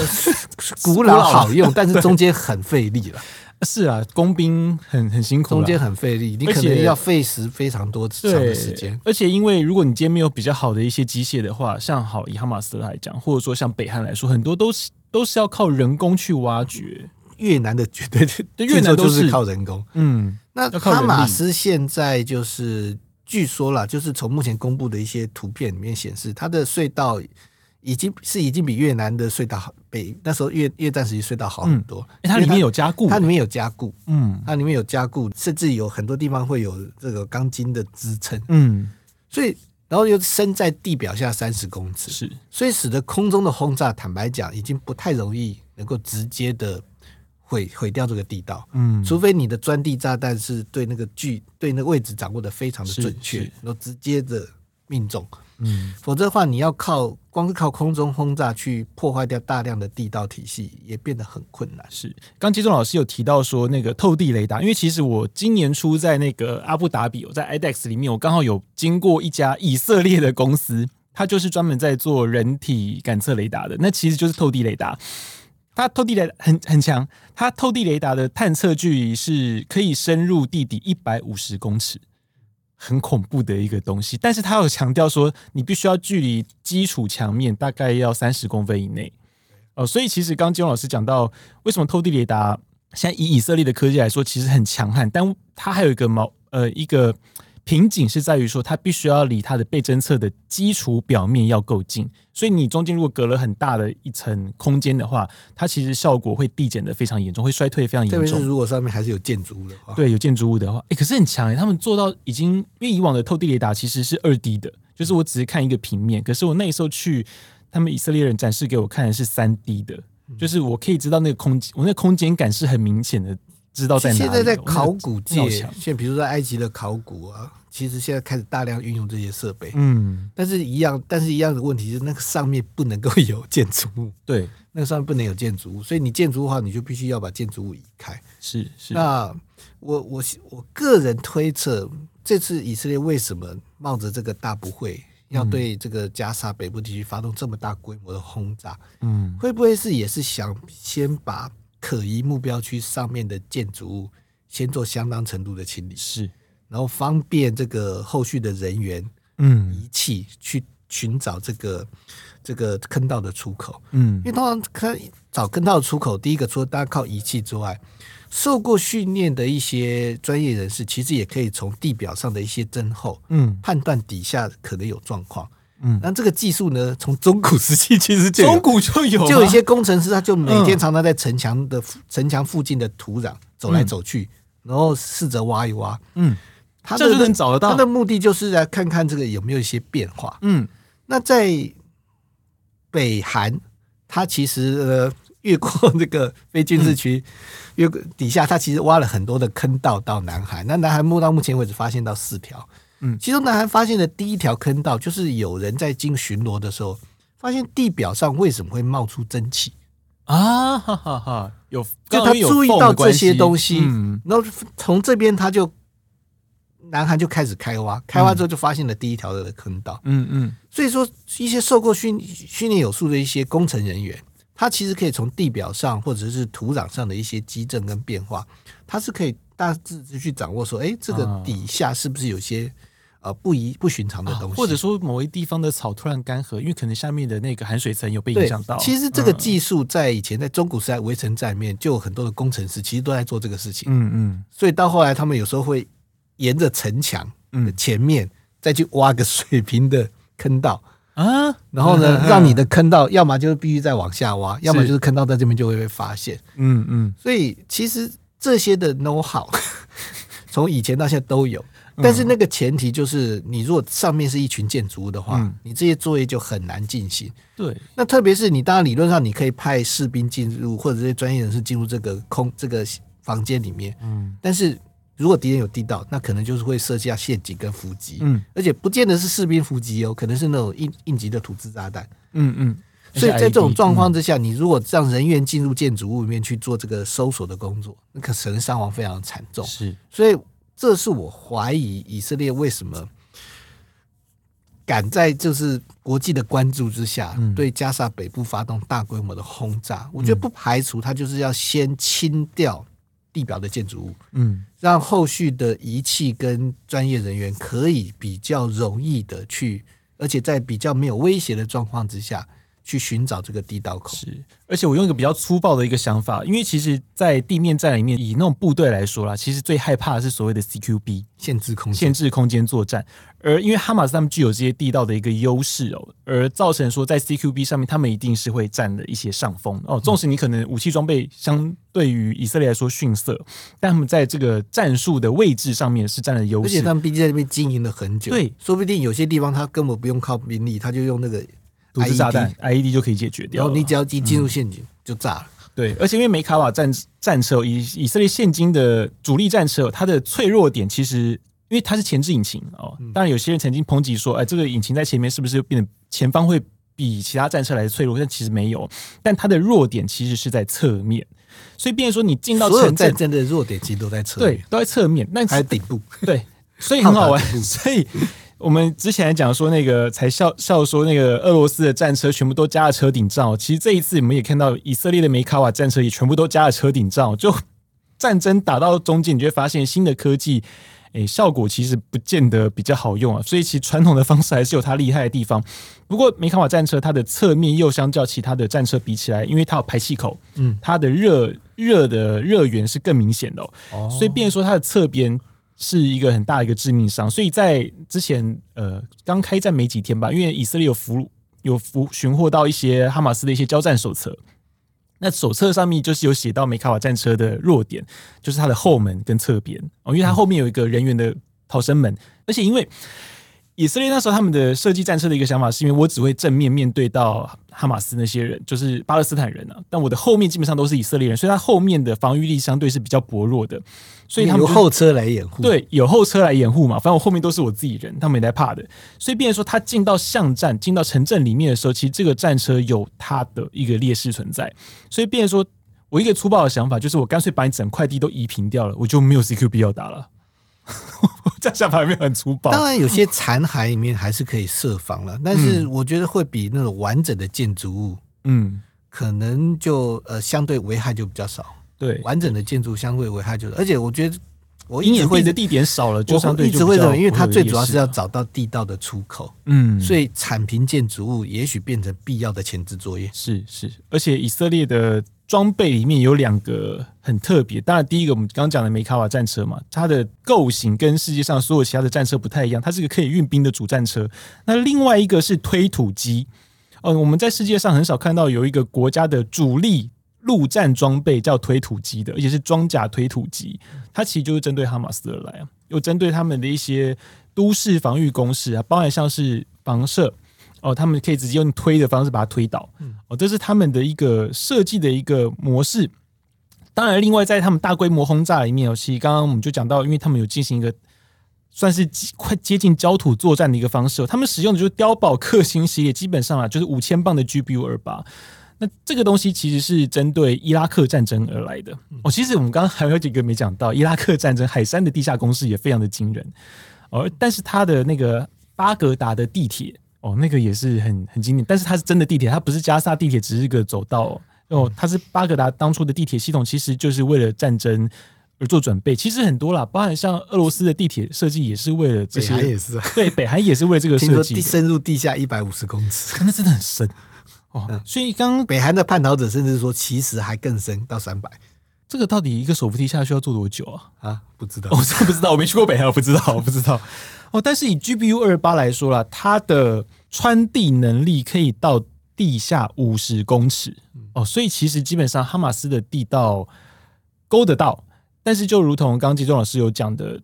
[SPEAKER 3] 古老好用，但是中间很费力了，
[SPEAKER 2] 是啊，工兵很很辛苦啦，
[SPEAKER 3] 中间很费力，你
[SPEAKER 2] 而
[SPEAKER 3] 可
[SPEAKER 2] 且
[SPEAKER 3] 能要费时非常多长
[SPEAKER 2] 对
[SPEAKER 3] 的时间。
[SPEAKER 2] 而且因为如果你今天没有比较好的一些机械的话，像好以哈马斯来讲，或者说像北韩来说，很多都是都是要靠人工去挖掘。
[SPEAKER 3] 越南的绝对
[SPEAKER 2] 对越南都
[SPEAKER 3] 听说就是靠人工，
[SPEAKER 2] 嗯，
[SPEAKER 3] 那
[SPEAKER 2] 要靠人
[SPEAKER 3] 哈
[SPEAKER 2] 力
[SPEAKER 3] 马斯现在就是据说啦，就是从目前公布的一些图片里面显示，它的隧道已经是已经比越南的隧道好，比那时候越越战时期隧道好很多。
[SPEAKER 2] 嗯诶它
[SPEAKER 3] 因为
[SPEAKER 2] 里面有加固，
[SPEAKER 3] 它里面有加固，
[SPEAKER 2] 嗯
[SPEAKER 3] 它里面有加固，甚至有很多地方会有这个钢筋的支撑，
[SPEAKER 2] 嗯
[SPEAKER 3] 所以然后又深在地表下三十公尺，
[SPEAKER 2] 是
[SPEAKER 3] 所以使得空中的轰炸，坦白讲，已经不太容易能够直接的毁毁掉这个地道。
[SPEAKER 2] 嗯
[SPEAKER 3] 除非你的钻地炸弹是对那个距对那个位置掌握的非常的
[SPEAKER 2] 是
[SPEAKER 3] 准确
[SPEAKER 2] 是，
[SPEAKER 3] 然后直接的命中，
[SPEAKER 2] 嗯
[SPEAKER 3] 否则的话，你要靠光是靠空中轰炸去破坏掉大量的地道体系，也变得很困难。
[SPEAKER 2] 是。刚接种老师有提到说那个透地雷达，因为其实我今年初在那个阿布达比，我在 IDEX 里面，我刚好有经过一家以色列的公司，它就是专门在做人体感测雷达的，那其实就是透地雷达。它透地雷达很很强，它透地雷达的探测距离是可以深入地底一百五十公尺，很恐怖的一个东西。但是它有强调说，你必须要距离基础墙面大概要三十公分以内。哦，所以其实刚刚金融老师讲到，为什么透地雷达现在以以色列的科技来说，其实很强悍，但它还有一个毛呃一个瓶颈是在于说，它必须要离它的被侦测的基础表面要够近，所以你中间如果隔了很大的一层空间的话，它其实效果会递减的非常严重，会衰退非常
[SPEAKER 3] 特
[SPEAKER 2] 严
[SPEAKER 3] 别是
[SPEAKER 2] 重。
[SPEAKER 3] 如果上面还是有建筑物的话，
[SPEAKER 2] 对，有建筑物的话，哎、可是很强哎、他们做到已经，因为以往的透地雷达其实是二 D 的，就是我只是看一个平面，可是我那时候去，他们以色列人展示给我看的是三 D 的，
[SPEAKER 3] 嗯
[SPEAKER 2] 就是我可以知道那个空间，我那个空间感是很明显的，知道在哪里。
[SPEAKER 3] 现在在
[SPEAKER 2] 我那个
[SPEAKER 3] 考古
[SPEAKER 2] 那
[SPEAKER 3] 界，
[SPEAKER 2] 个墙
[SPEAKER 3] 现在比如说埃及的考古啊，其实现在开始大量运用这些设备，
[SPEAKER 2] 嗯，
[SPEAKER 3] 但是一样，但是一样的问题就是那个上面不能够有建筑物，
[SPEAKER 2] 对，
[SPEAKER 3] 那个上面不能有建筑物，所以你建筑物的话，你就必须要把建筑物移开。
[SPEAKER 2] 是是，
[SPEAKER 3] 那我我我个人推测，这次以色列为什么冒着这个大不会，要对这个加沙北部地区发动这么大规模的轰炸，
[SPEAKER 2] 嗯
[SPEAKER 3] 会不会是也是想先把可疑目标区上面的建筑物先做相当程度的清理，
[SPEAKER 2] 是，
[SPEAKER 3] 然后方便这个后续的人员
[SPEAKER 2] 嗯
[SPEAKER 3] 仪器去寻找这个这个坑道的出口？
[SPEAKER 2] 嗯
[SPEAKER 3] 因为通常看找跟到的出口，第一个除了大家靠仪器之外，受过训练的一些专业人士，其实也可以从地表上的一些增厚
[SPEAKER 2] 嗯
[SPEAKER 3] 判断底下可能有状况。
[SPEAKER 2] 嗯，
[SPEAKER 3] 那这个技术呢，从中古时期其实就有
[SPEAKER 2] 中古就有吗，
[SPEAKER 3] 就有一些工程师，他就每天
[SPEAKER 2] 嗯
[SPEAKER 3] 常常在城墙的附城墙附近的土壤走来走去，然后试着挖一挖。
[SPEAKER 2] 嗯，
[SPEAKER 3] 他
[SPEAKER 2] 这
[SPEAKER 3] 的
[SPEAKER 2] 样就能找得到
[SPEAKER 3] 他的目的就是来看看这个有没有一些变化。
[SPEAKER 2] 嗯
[SPEAKER 3] 那在北韩，它其实呃 越过这个非军事区，越过底下，它其实挖了很多的坑道到南韩。那南韩目到目前为止发现到四条，
[SPEAKER 2] 嗯
[SPEAKER 3] 其中南韩发现的第一条坑道，就是有人在经巡逻的时候，发现地表上为什么会冒出蒸汽，
[SPEAKER 2] 啊，哈哈哈，有，
[SPEAKER 3] 就
[SPEAKER 2] 刚
[SPEAKER 3] 他
[SPEAKER 2] 好因为有
[SPEAKER 3] 注意
[SPEAKER 2] 缝
[SPEAKER 3] 到
[SPEAKER 2] 的关
[SPEAKER 3] 这些
[SPEAKER 2] 系
[SPEAKER 3] 东西
[SPEAKER 2] 嗯
[SPEAKER 3] 然后从这边他就。南韩就开始开挖，开挖之后就发现了第一条的坑道，
[SPEAKER 2] 嗯嗯，
[SPEAKER 3] 所以说，一些受过训训练有素的一些工程人员，他其实可以从地表上或者是土壤上的一些基症跟变化，他是可以大致地去掌握说，哎，这
[SPEAKER 2] 啊
[SPEAKER 3] 个底下是不是有些呃不一不寻常的
[SPEAKER 2] 啊
[SPEAKER 3] 东西，
[SPEAKER 2] 或者说某一地方的草突然干涸，因为可能下面的那个含水层有被影
[SPEAKER 3] 对
[SPEAKER 2] 响到。，嗯
[SPEAKER 3] 其实这个技术在以前在中古时代围城战里面，就有很多的工程师其实都在做这个事情，
[SPEAKER 2] 嗯嗯
[SPEAKER 3] 所以到后来他们有时候会沿着城墙的
[SPEAKER 2] 嗯
[SPEAKER 3] 前面再去挖个水平的坑道。
[SPEAKER 2] 啊，
[SPEAKER 3] 然后呢，
[SPEAKER 2] 嗯
[SPEAKER 3] 让你的坑道要么就是必须再往下挖，要么
[SPEAKER 2] 是
[SPEAKER 3] 就是坑道在这边就会被发现。
[SPEAKER 2] 嗯嗯
[SPEAKER 3] 所以其实这些的 know how，从以前到现在都有。
[SPEAKER 2] 嗯
[SPEAKER 3] 但是那个前提就是，你如果上面是一群建筑物的话，
[SPEAKER 2] 嗯
[SPEAKER 3] 你这些作业就很难进行。
[SPEAKER 2] 对，
[SPEAKER 3] 那特别是你当然理论上你可以派士兵进入，或者这些专业人士进入这个空这个房间里面，
[SPEAKER 2] 嗯
[SPEAKER 3] 但是如果敌人有地道，那可能就是会设下陷阱跟伏击，
[SPEAKER 2] 嗯
[SPEAKER 3] 而且不见得是士兵伏击哦，可能是那种应应急的土制炸弹。
[SPEAKER 2] 嗯嗯，
[SPEAKER 3] 所以在这种状况之下，你如果让人员进入建筑物里面去做这个搜索的工作，那可能伤亡非常惨重。
[SPEAKER 2] 是
[SPEAKER 3] 所以这是我怀疑以色列为什么敢在就是国际的关注之下，
[SPEAKER 2] 嗯
[SPEAKER 3] 对加沙北部发动大规模的轰炸。我觉得不排除他就是要先清掉地表的建筑物，
[SPEAKER 2] 嗯
[SPEAKER 3] 让后续的仪器跟专业人员可以比较容易的去，而且在比较没有威胁的状况之下。去寻找这个地道口，
[SPEAKER 2] 是，而且我用一个比较粗暴的一个想法，因为其实，在地面战里面，以那种部队来说啦，其实最害怕的是所谓的 CQB，
[SPEAKER 3] 限制空间
[SPEAKER 2] 限。制空间作战。而因为哈马斯他们具有这些地道的一个优势哦，而造成说在 CQB 上面，他们一定是会占了一些上风哦。纵使你可能武器装备相对于以色列来说逊色，但他们在这个战术的位置上面是占了优
[SPEAKER 3] 而且
[SPEAKER 2] 势
[SPEAKER 3] 他。们毕竟在那边经营了很久，
[SPEAKER 2] 对，
[SPEAKER 3] 说不定有些地方他根本不用靠兵力，他就用那个
[SPEAKER 2] 毒制炸弹
[SPEAKER 3] IED
[SPEAKER 2] IED 就可以解决
[SPEAKER 3] E 然
[SPEAKER 2] 掉
[SPEAKER 3] 后
[SPEAKER 2] 了。嗯
[SPEAKER 3] 你只要一进入陷阱就炸了。
[SPEAKER 2] 对，而且因为梅卡瓦战战车哦以以色列现今的主力战车哦，它的脆弱点其实。因为它是前置引擎哦，当然有些人曾经抨击说，哎，这个引擎在前面是不是变得前方会比其他战车来的脆弱？但其实没有，但它的弱点其实是在侧面，所以变成说你进到
[SPEAKER 3] 所有
[SPEAKER 2] 城
[SPEAKER 3] 战
[SPEAKER 2] 镇，
[SPEAKER 3] 争的弱点其实都在侧面
[SPEAKER 2] 对，，都在侧面。那
[SPEAKER 3] 还有顶部。
[SPEAKER 2] 对，所以很好玩。 所以我们之前还讲说那个才笑笑说那个俄罗斯的战车全部都加了车顶罩，其实这一次我们也看到以色列的梅卡瓦战车也全部都加了车顶罩，就战争打到中间，你就会发现新的科技。诶、效果其实不见得比较好用啊，所以其实传统的方式还是有它厉害的地方。不过梅卡瓦战车它的侧面又相较其他的战车比起来，因为它有排气口，
[SPEAKER 3] 嗯，
[SPEAKER 2] 它的热热的热源是更明显的、哦，
[SPEAKER 3] 哦
[SPEAKER 2] 所以变成说它的侧边是一个很大的一个致命伤。所以在之前呃刚开战没几天吧，因为以色列有俘有俘寻获到一些哈马斯的一些交战手册。那手册上面就是有写到梅卡瓦战车的弱点，就是它的后门跟侧边哦，因为它后面有一个人员的逃生门，而且因为以色列那时候他们的设计战车的一个想法，是因为我只会正面面对到哈马斯那些人，就是巴勒斯坦人啊，但我的后面基本上都是以色列人，所以他后面的防御力相对是比较薄弱的，所以他们
[SPEAKER 3] 由
[SPEAKER 2] 就
[SPEAKER 3] 后车来掩护。，
[SPEAKER 2] 对，有后车来掩护嘛，反正我后面都是我自己人，他们也在怕的。所以，变成说他进到巷战、进到城镇里面的时候，其实这个战车有它的一个劣势存在。所以，变成说我一个粗暴的想法就是，我干脆把你整块地都移平掉了，我就没有 CQB 要打了。 我这样想法有没有很粗暴？
[SPEAKER 3] 当然有些残骸里面还是可以设防了，但是我觉得会比那种完整的建筑物
[SPEAKER 2] 嗯，
[SPEAKER 3] 可能就呃相对危害就比较少。
[SPEAKER 2] 对，
[SPEAKER 3] 完整的建筑相对危害就，而且我觉得我
[SPEAKER 2] 鹰
[SPEAKER 3] 一直
[SPEAKER 2] 眼
[SPEAKER 3] 会
[SPEAKER 2] 会的地点少了，就相
[SPEAKER 3] 我
[SPEAKER 2] 对
[SPEAKER 3] 一
[SPEAKER 2] 就
[SPEAKER 3] 直会
[SPEAKER 2] 比较
[SPEAKER 3] 认为，因为它
[SPEAKER 2] 不会有啊
[SPEAKER 3] 最
[SPEAKER 2] 劣
[SPEAKER 3] 主要
[SPEAKER 2] 势
[SPEAKER 3] 是要
[SPEAKER 2] 了
[SPEAKER 3] 找到地道的出口，
[SPEAKER 2] 嗯，
[SPEAKER 3] 所以铲平建筑物也许变成必要的前置作业。
[SPEAKER 2] 是是，而且以色列的装备里面有两个很特别。当然，第一个我们刚刚讲的梅卡瓦战车嘛，它的构型跟世界上所有其他的战车不太一样，它是个可以运兵的主战车。那另外一个是推土机，嗯、我们在世界上很少看到有一个国家的主力。陆战装备叫推土机的，而且是装甲推土机，它其实就是针对哈马斯而来啊，又针对他们的一些都市防御攻势啊，包含像是房舍哦，他们可以直接用推的方式把它推倒，哦，这是他们的一个设计的一个模式。当然，另外在他们大规模轰炸里面哦，其实刚刚我们就讲到，因为他们有进行一个算是几快接近焦土作战的一个方式哦、他们使用的就是碉堡克星系列，基本上啊就是五千磅的 GBU 二八。那这个东西其实是针对伊拉克战争而来的
[SPEAKER 3] 嗯
[SPEAKER 2] 哦。其实我们刚刚还有几个没讲到，伊拉克战争海山的地下工事也非常的惊人，而但是它的那个巴格达的地铁哦，那个也是很很经典，但是它是真的地铁，它不是加沙地铁，只是个走道哦。
[SPEAKER 3] 嗯
[SPEAKER 2] 哦它是巴格达当初的地铁系统，其实就是为了战争而做准备。其实很多啦，包含像俄罗斯的地铁设计也是为了这些，
[SPEAKER 3] 是啊，
[SPEAKER 2] 对，北韩也是为了这个
[SPEAKER 3] 听
[SPEAKER 2] 设
[SPEAKER 3] 说
[SPEAKER 2] 计
[SPEAKER 3] 地
[SPEAKER 2] 的，
[SPEAKER 3] 深入地下一百五十公尺。
[SPEAKER 2] 那真的很深哦。
[SPEAKER 3] 嗯
[SPEAKER 2] 所以刚刚
[SPEAKER 3] 北韩的叛逃者甚至说，其实还更深，到三百
[SPEAKER 2] 这个到底一个手扶梯下去要坐多久啊？
[SPEAKER 3] 啊，不知道
[SPEAKER 2] 我真的不知道，我没去过北韩，我不知道，我不知道。 哦，但是以 GPU 二八来说啦，它的穿地能力可以到地下五十公尺哦，所以其实基本上哈马斯的地道勾得到，但是就如同刚刚吉中老师有讲的，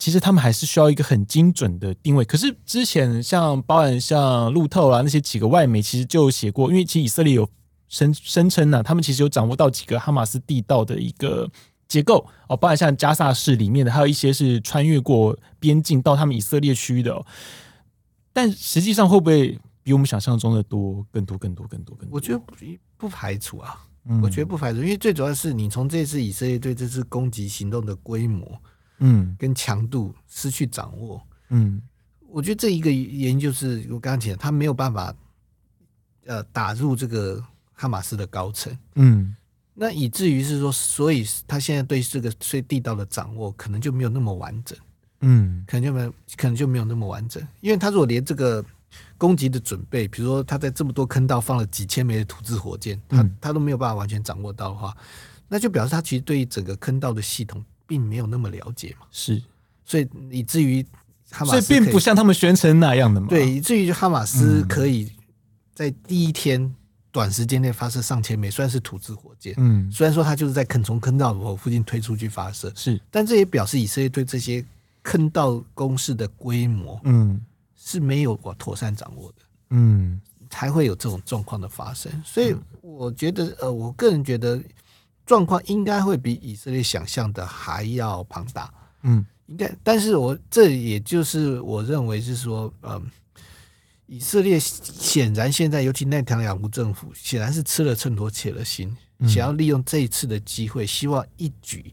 [SPEAKER 2] 其实他们还是需要一个很精准的定位。可是之前像包含像路透啊啦那些几个外媒，其实就有写过，因为其实以色列有声声称呢，他们其实有掌握到几个哈马斯地道的一个结构哦，包含像加萨市里面的，还有一些是穿越过边境到他们以色列区的、哦。但实际上会不会比我们想象中的多更多更多更多更多？
[SPEAKER 3] 我觉得不不排除啊，
[SPEAKER 2] 嗯
[SPEAKER 3] 我觉得不排除，因为最主要是你从这次以色列对这次攻击行动的规模
[SPEAKER 2] 嗯
[SPEAKER 3] 跟强度失去掌握，
[SPEAKER 2] 嗯
[SPEAKER 3] 我觉得这一个原因就是我刚刚讲，他没有办法呃打入这个哈马斯的高层，
[SPEAKER 2] 嗯
[SPEAKER 3] 那以至于是说，所以他现在对这个最地道的掌握可能就没有那么完整，
[SPEAKER 2] 嗯
[SPEAKER 3] 可能就没有可能就没有那么完整，因为他如果连这个攻击的准备，比如说他在这么多坑道放了几千枚的土制火箭，他
[SPEAKER 2] 嗯
[SPEAKER 3] 他都没有办法完全掌握到的话，那就表示他其实对整个坑道的系统并没有那么了解嘛，
[SPEAKER 2] 是，
[SPEAKER 3] 所以以至于哈马
[SPEAKER 2] 所
[SPEAKER 3] 斯
[SPEAKER 2] 以并
[SPEAKER 3] 可
[SPEAKER 2] 不像他们宣称那样的嘛。
[SPEAKER 3] 对，，以至于就哈马
[SPEAKER 2] 啊
[SPEAKER 3] 斯
[SPEAKER 2] 嗯
[SPEAKER 3] 可以在第一天短时间内发射上千枚，虽然是土制火箭，
[SPEAKER 2] 嗯，
[SPEAKER 3] 虽然说它就是在肯从坑道口附近推出去发射，
[SPEAKER 2] 是，
[SPEAKER 3] 但这也表示以色列对这些坑道攻势的规模
[SPEAKER 2] 嗯
[SPEAKER 3] 是没有我妥善掌握的，
[SPEAKER 2] 嗯
[SPEAKER 3] 才会有这种状况的发生。所以我觉得，呃，我个人觉得状况应该会比以色列想象的还要庞大。
[SPEAKER 2] 嗯
[SPEAKER 3] 应该，但是我这也就是我认为是说，嗯，以色列显然现在，尤其内塔尼亚胡政府，显然是吃了秤砣铁了心，想要利用这一次的机会，希望一举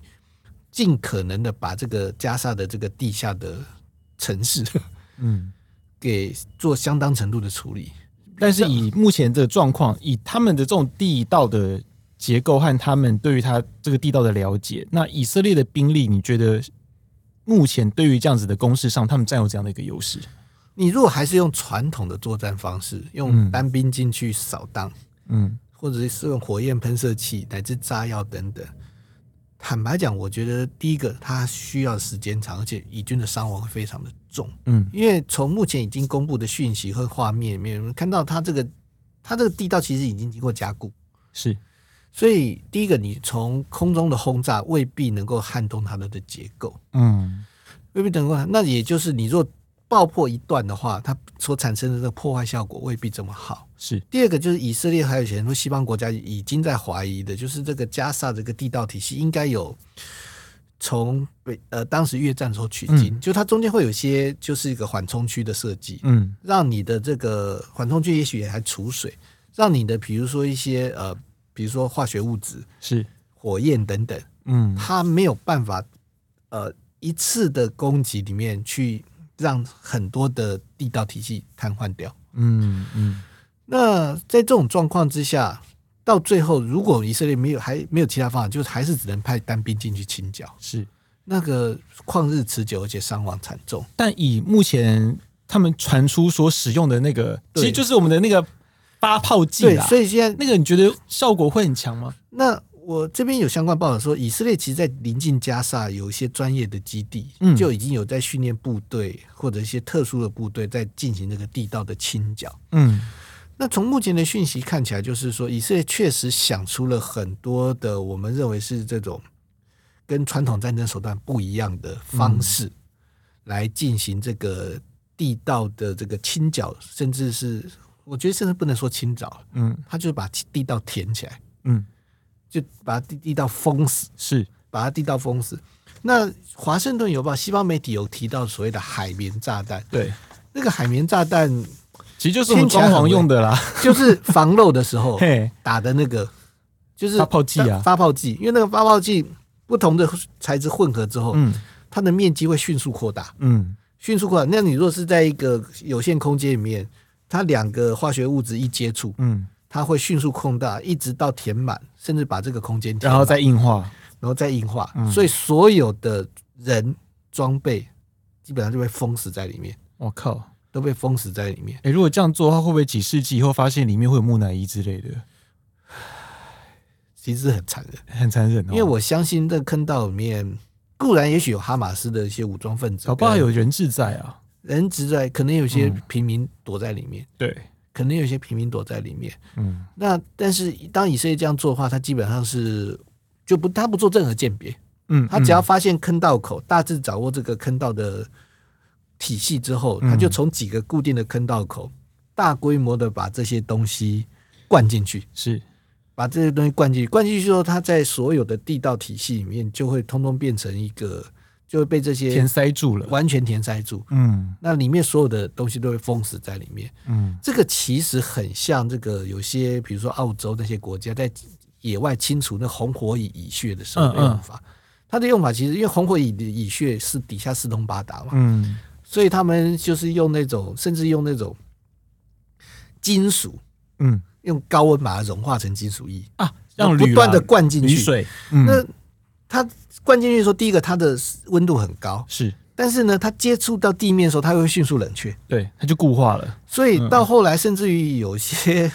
[SPEAKER 3] 尽可能的把这个加沙的这个地下的城市
[SPEAKER 2] 嗯。
[SPEAKER 3] 给做相当程度的处理。
[SPEAKER 2] 但是以目前这个状况，以他们的这种地道的结构和他们对于他这个地道的了解，那以色列的兵力，你觉得目前对于这样子的攻势上，他们占有怎样的一个优势？
[SPEAKER 3] 你如果还是用传统的作战方式，
[SPEAKER 2] 嗯
[SPEAKER 3] 用单兵进去扫荡，
[SPEAKER 2] 嗯
[SPEAKER 3] 或者是用火焰喷射器乃至炸药等等。坦白讲，我觉得第一个它需要时间长，而且以军的伤亡会非常的重，
[SPEAKER 2] 嗯
[SPEAKER 3] 因为从目前已经公布的讯息和画面里面，我们看到它这个它这个地道其实已经经过加固，
[SPEAKER 2] 是
[SPEAKER 3] 所以第一个你从空中的轰炸未必能够撼动它的的结构，
[SPEAKER 2] 嗯
[SPEAKER 3] 未必能够撼。那也就是你若爆破一段的话，它所产生的这个破坏效果未必这么好。
[SPEAKER 2] 是
[SPEAKER 3] 第二个就是以色列还有很多西方国家已经在怀疑的，就是这个加萨这个地道体系应该有从北呃当时越战时候取经，就它中间会有一些就是一个缓冲区的设计，
[SPEAKER 2] 嗯
[SPEAKER 3] 让你的这个缓冲区也许也还储水，让你的比如说一些呃比如说化学物质、
[SPEAKER 2] 是
[SPEAKER 3] 火焰等等，
[SPEAKER 2] 嗯
[SPEAKER 3] 它没有办法呃一次的攻击里面去让很多的地道体系瘫痪掉。
[SPEAKER 2] 嗯嗯
[SPEAKER 3] 那在这种状况之下，到最后如果以色列没有还没有其他方法，就是还是只能派单兵进去清剿，
[SPEAKER 2] 是。
[SPEAKER 3] 那个旷日持久，而且伤亡惨重。
[SPEAKER 2] 但以目前他们传出所使用的那个，其
[SPEAKER 3] 对
[SPEAKER 2] 实就是我们的那个发泡剂
[SPEAKER 3] 对，
[SPEAKER 2] 啦。
[SPEAKER 3] 所以现在
[SPEAKER 2] 那个你觉得效果会很强吗？
[SPEAKER 3] 那我这边有相关报道说，以色列其实在临近加沙有一些专业的基地，
[SPEAKER 2] 嗯
[SPEAKER 3] 就已经有在训练部队或者一些特殊的部队在进行这个地道的清剿。
[SPEAKER 2] 嗯
[SPEAKER 3] 那从目前的讯息看起来，就是说以色列确实想出了很多的我们认为是这种跟传统战争手段不一样的方式，来进行这个地道的这个清剿，甚至是我觉得甚至不能说清剿，
[SPEAKER 2] 嗯
[SPEAKER 3] 他就是把地道填起来，
[SPEAKER 2] 嗯，
[SPEAKER 3] 就把地地道封死，
[SPEAKER 2] 是
[SPEAKER 3] 把它地道封死。那华盛顿邮报西方媒体有提到所谓的海绵炸弹，
[SPEAKER 2] 对，
[SPEAKER 3] 那个海绵炸弹
[SPEAKER 2] 其实就是我们装潢用的啦。，
[SPEAKER 3] 就是防漏的时候
[SPEAKER 2] 嘿，
[SPEAKER 3] 打的那个，就是
[SPEAKER 2] 发泡剂啊
[SPEAKER 3] 发泡剂，因为那个发泡剂不同的材质混合之后，
[SPEAKER 2] 嗯
[SPEAKER 3] 它的面积会迅速扩大，
[SPEAKER 2] 嗯
[SPEAKER 3] 迅速扩大。那你若是在一个有限空间里面，它两个化学物质一接触，
[SPEAKER 2] 嗯，
[SPEAKER 3] 它会迅速扩大，一直到填满，甚至把这个空间填
[SPEAKER 2] 然
[SPEAKER 3] 满，
[SPEAKER 2] 后再硬化。
[SPEAKER 3] 然后再硬化。
[SPEAKER 2] 嗯
[SPEAKER 3] 所以所有的人装备基本上就被封死在里面，
[SPEAKER 2] 我靠！
[SPEAKER 3] 都被封死在里面。
[SPEAKER 2] 哎，如果这样做的话，会不会几世纪以后发现里面会有木乃伊之类的，
[SPEAKER 3] 其实很残忍，
[SPEAKER 2] 很残忍哦。
[SPEAKER 3] 因为我相信这坑道里面固然也许有哈马斯的一些武装分子，
[SPEAKER 2] 搞不好有人质在啊。
[SPEAKER 3] 人质在，可能有些
[SPEAKER 2] 嗯
[SPEAKER 3] 平民躲在里面，
[SPEAKER 2] 对，
[SPEAKER 3] 可能有些平民躲在里面。
[SPEAKER 2] 嗯
[SPEAKER 3] 那但是当以色列这样做的话，他基本上是就不他不做任何鉴别，
[SPEAKER 2] 嗯，
[SPEAKER 3] 他只要发现坑道口，大致掌握这个坑道的体系之后，
[SPEAKER 2] 嗯
[SPEAKER 3] 他就从几个固定的坑道口，大规模的把这些东西灌进去，
[SPEAKER 2] 是
[SPEAKER 3] 把这些东西灌进去，灌进去之后，它在所有的地道体系里面就会通通变成一个，就会被这些
[SPEAKER 2] 填塞住了。
[SPEAKER 3] 完全填塞住。
[SPEAKER 2] 嗯
[SPEAKER 3] 那里面所有的东西都会封死在里面。
[SPEAKER 2] 嗯，
[SPEAKER 3] 这个其实很像这个有些，比如说澳洲那些国家在野外清除那红火蚁蚁穴的时候的
[SPEAKER 2] 嗯嗯
[SPEAKER 3] 用法。它的用法其实因为红火蚁的蚁穴是底下四通八达嘛，
[SPEAKER 2] 嗯，
[SPEAKER 3] 所以他们就是用那种，甚至用那种金属，
[SPEAKER 2] 嗯
[SPEAKER 3] 用高温把它融化成金属液，
[SPEAKER 2] 啊，让
[SPEAKER 3] 不
[SPEAKER 2] 铝
[SPEAKER 3] 断
[SPEAKER 2] 啦
[SPEAKER 3] 的灌进
[SPEAKER 2] 铝
[SPEAKER 3] 去。
[SPEAKER 2] 水，嗯，
[SPEAKER 3] 那它灌进去的时候，第一个它的温度很高，
[SPEAKER 2] 是
[SPEAKER 3] 但是呢，它接触到地面的时候，它会迅速冷却。
[SPEAKER 2] 对，它就固化了。
[SPEAKER 3] 所以到后来，甚至于有些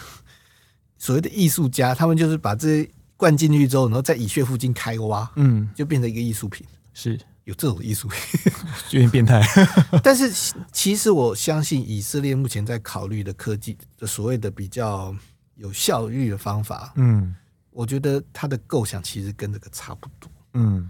[SPEAKER 3] 所谓的艺术家，他们就是把这灌进去之后，然后在蚁穴附近开挖，
[SPEAKER 2] 嗯，
[SPEAKER 3] 就变成一个艺术品。
[SPEAKER 2] 是
[SPEAKER 3] 有这种艺术品，
[SPEAKER 2] 有点变态。
[SPEAKER 3] 但是其其实我相信以色列目前在考虑的科技的所谓的比较有效率的方法，
[SPEAKER 2] 嗯
[SPEAKER 3] 我觉得它的构想其实跟这个差不多，
[SPEAKER 2] 嗯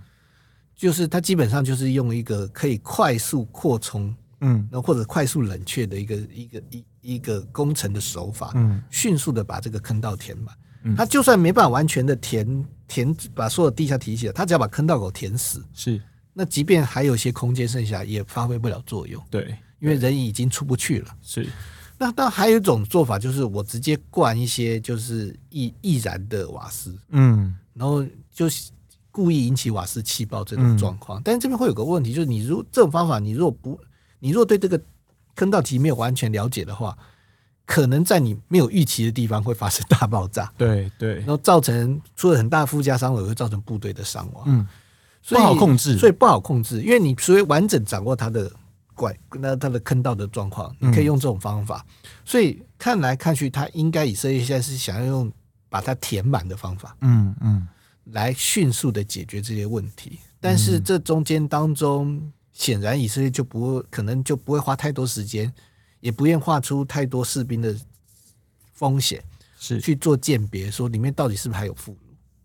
[SPEAKER 3] 就是它基本上就是用一个可以快速扩充，
[SPEAKER 2] 嗯
[SPEAKER 3] 然后或者快速冷却的一个一个一一个工程的手法，
[SPEAKER 2] 嗯
[SPEAKER 3] 迅速的把这个坑道填满
[SPEAKER 2] 嗯。
[SPEAKER 3] 它就算没办法完全的填填把所有地下提起来，它只要把坑道口填死，
[SPEAKER 2] 是
[SPEAKER 3] 那即便还有一些空间剩下，也发挥不了作用，
[SPEAKER 2] 对
[SPEAKER 3] 因为人已经出不去了。
[SPEAKER 2] 是
[SPEAKER 3] 那那还有一种做法就是，我直接灌一些就是易易燃的瓦斯，
[SPEAKER 2] 嗯
[SPEAKER 3] 然后就是故意引起瓦斯气爆这种状
[SPEAKER 2] 嗯
[SPEAKER 3] 况。但是这边会有个问题，就是你如这种方法，你若不你若对这个坑道题没有完全了解的话，可能在你没有预期的地方会发生大爆炸，
[SPEAKER 2] 对对
[SPEAKER 3] 然，后造成出了很大附加伤亡，也会造成部队的伤亡。
[SPEAKER 2] 嗯
[SPEAKER 3] 所以
[SPEAKER 2] 不好控制
[SPEAKER 3] 所以不好控制，因为你除非完整掌握它的拐，那它的坑道的状况，你
[SPEAKER 2] 嗯
[SPEAKER 3] 可以用这种方法。所以看来看去，他应该以色列现在是想要用把它填满的方法
[SPEAKER 2] 嗯嗯
[SPEAKER 3] 来迅速的解决这些问题，但是
[SPEAKER 2] 嗯
[SPEAKER 3] 这中间当中，显然以色列就不会可能就不会花太多时间，也不愿画出太多士兵的风险。
[SPEAKER 2] 是
[SPEAKER 3] 去做鉴别，说里面到底是不是还有俘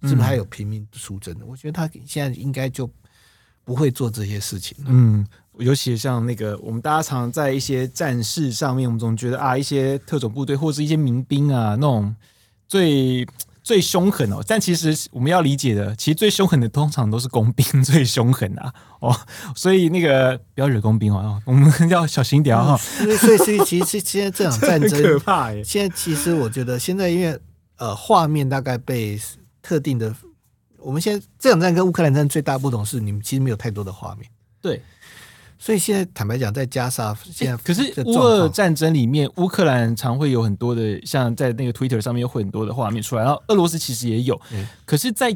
[SPEAKER 3] 虏，是不是
[SPEAKER 2] 嗯
[SPEAKER 3] 还有平民出征的？我觉得他现在应该就不会做这些事情了。
[SPEAKER 2] 嗯，尤其像那个我们大家常常在一些战事上面，我们总觉得啊，一些特种部队或是一些民兵啊，那种最最凶狠哦。但其实我们要理解的，其实最凶狠的通常都是工兵 最凶狠啊哦，所以那个不要惹工兵哦，我们 要小心一点哦，
[SPEAKER 3] 所以，所以，所以，其实现在 这场嗯战
[SPEAKER 2] 很可
[SPEAKER 3] 争，
[SPEAKER 2] 怕耶。
[SPEAKER 3] 现在其实我觉得现在因为呃，画面大概被特定的，我们现在这场战跟乌克兰战最大不同是，你们其实没有太多的画面。
[SPEAKER 2] 对，
[SPEAKER 3] 所以现在坦白讲，在加沙现在、
[SPEAKER 2] 可是乌俄战争里面，乌克兰常会有很多的，像在那个 Twitter 上面会很多的画面出来，然后俄罗斯其实也有，
[SPEAKER 3] 嗯
[SPEAKER 2] 可是，在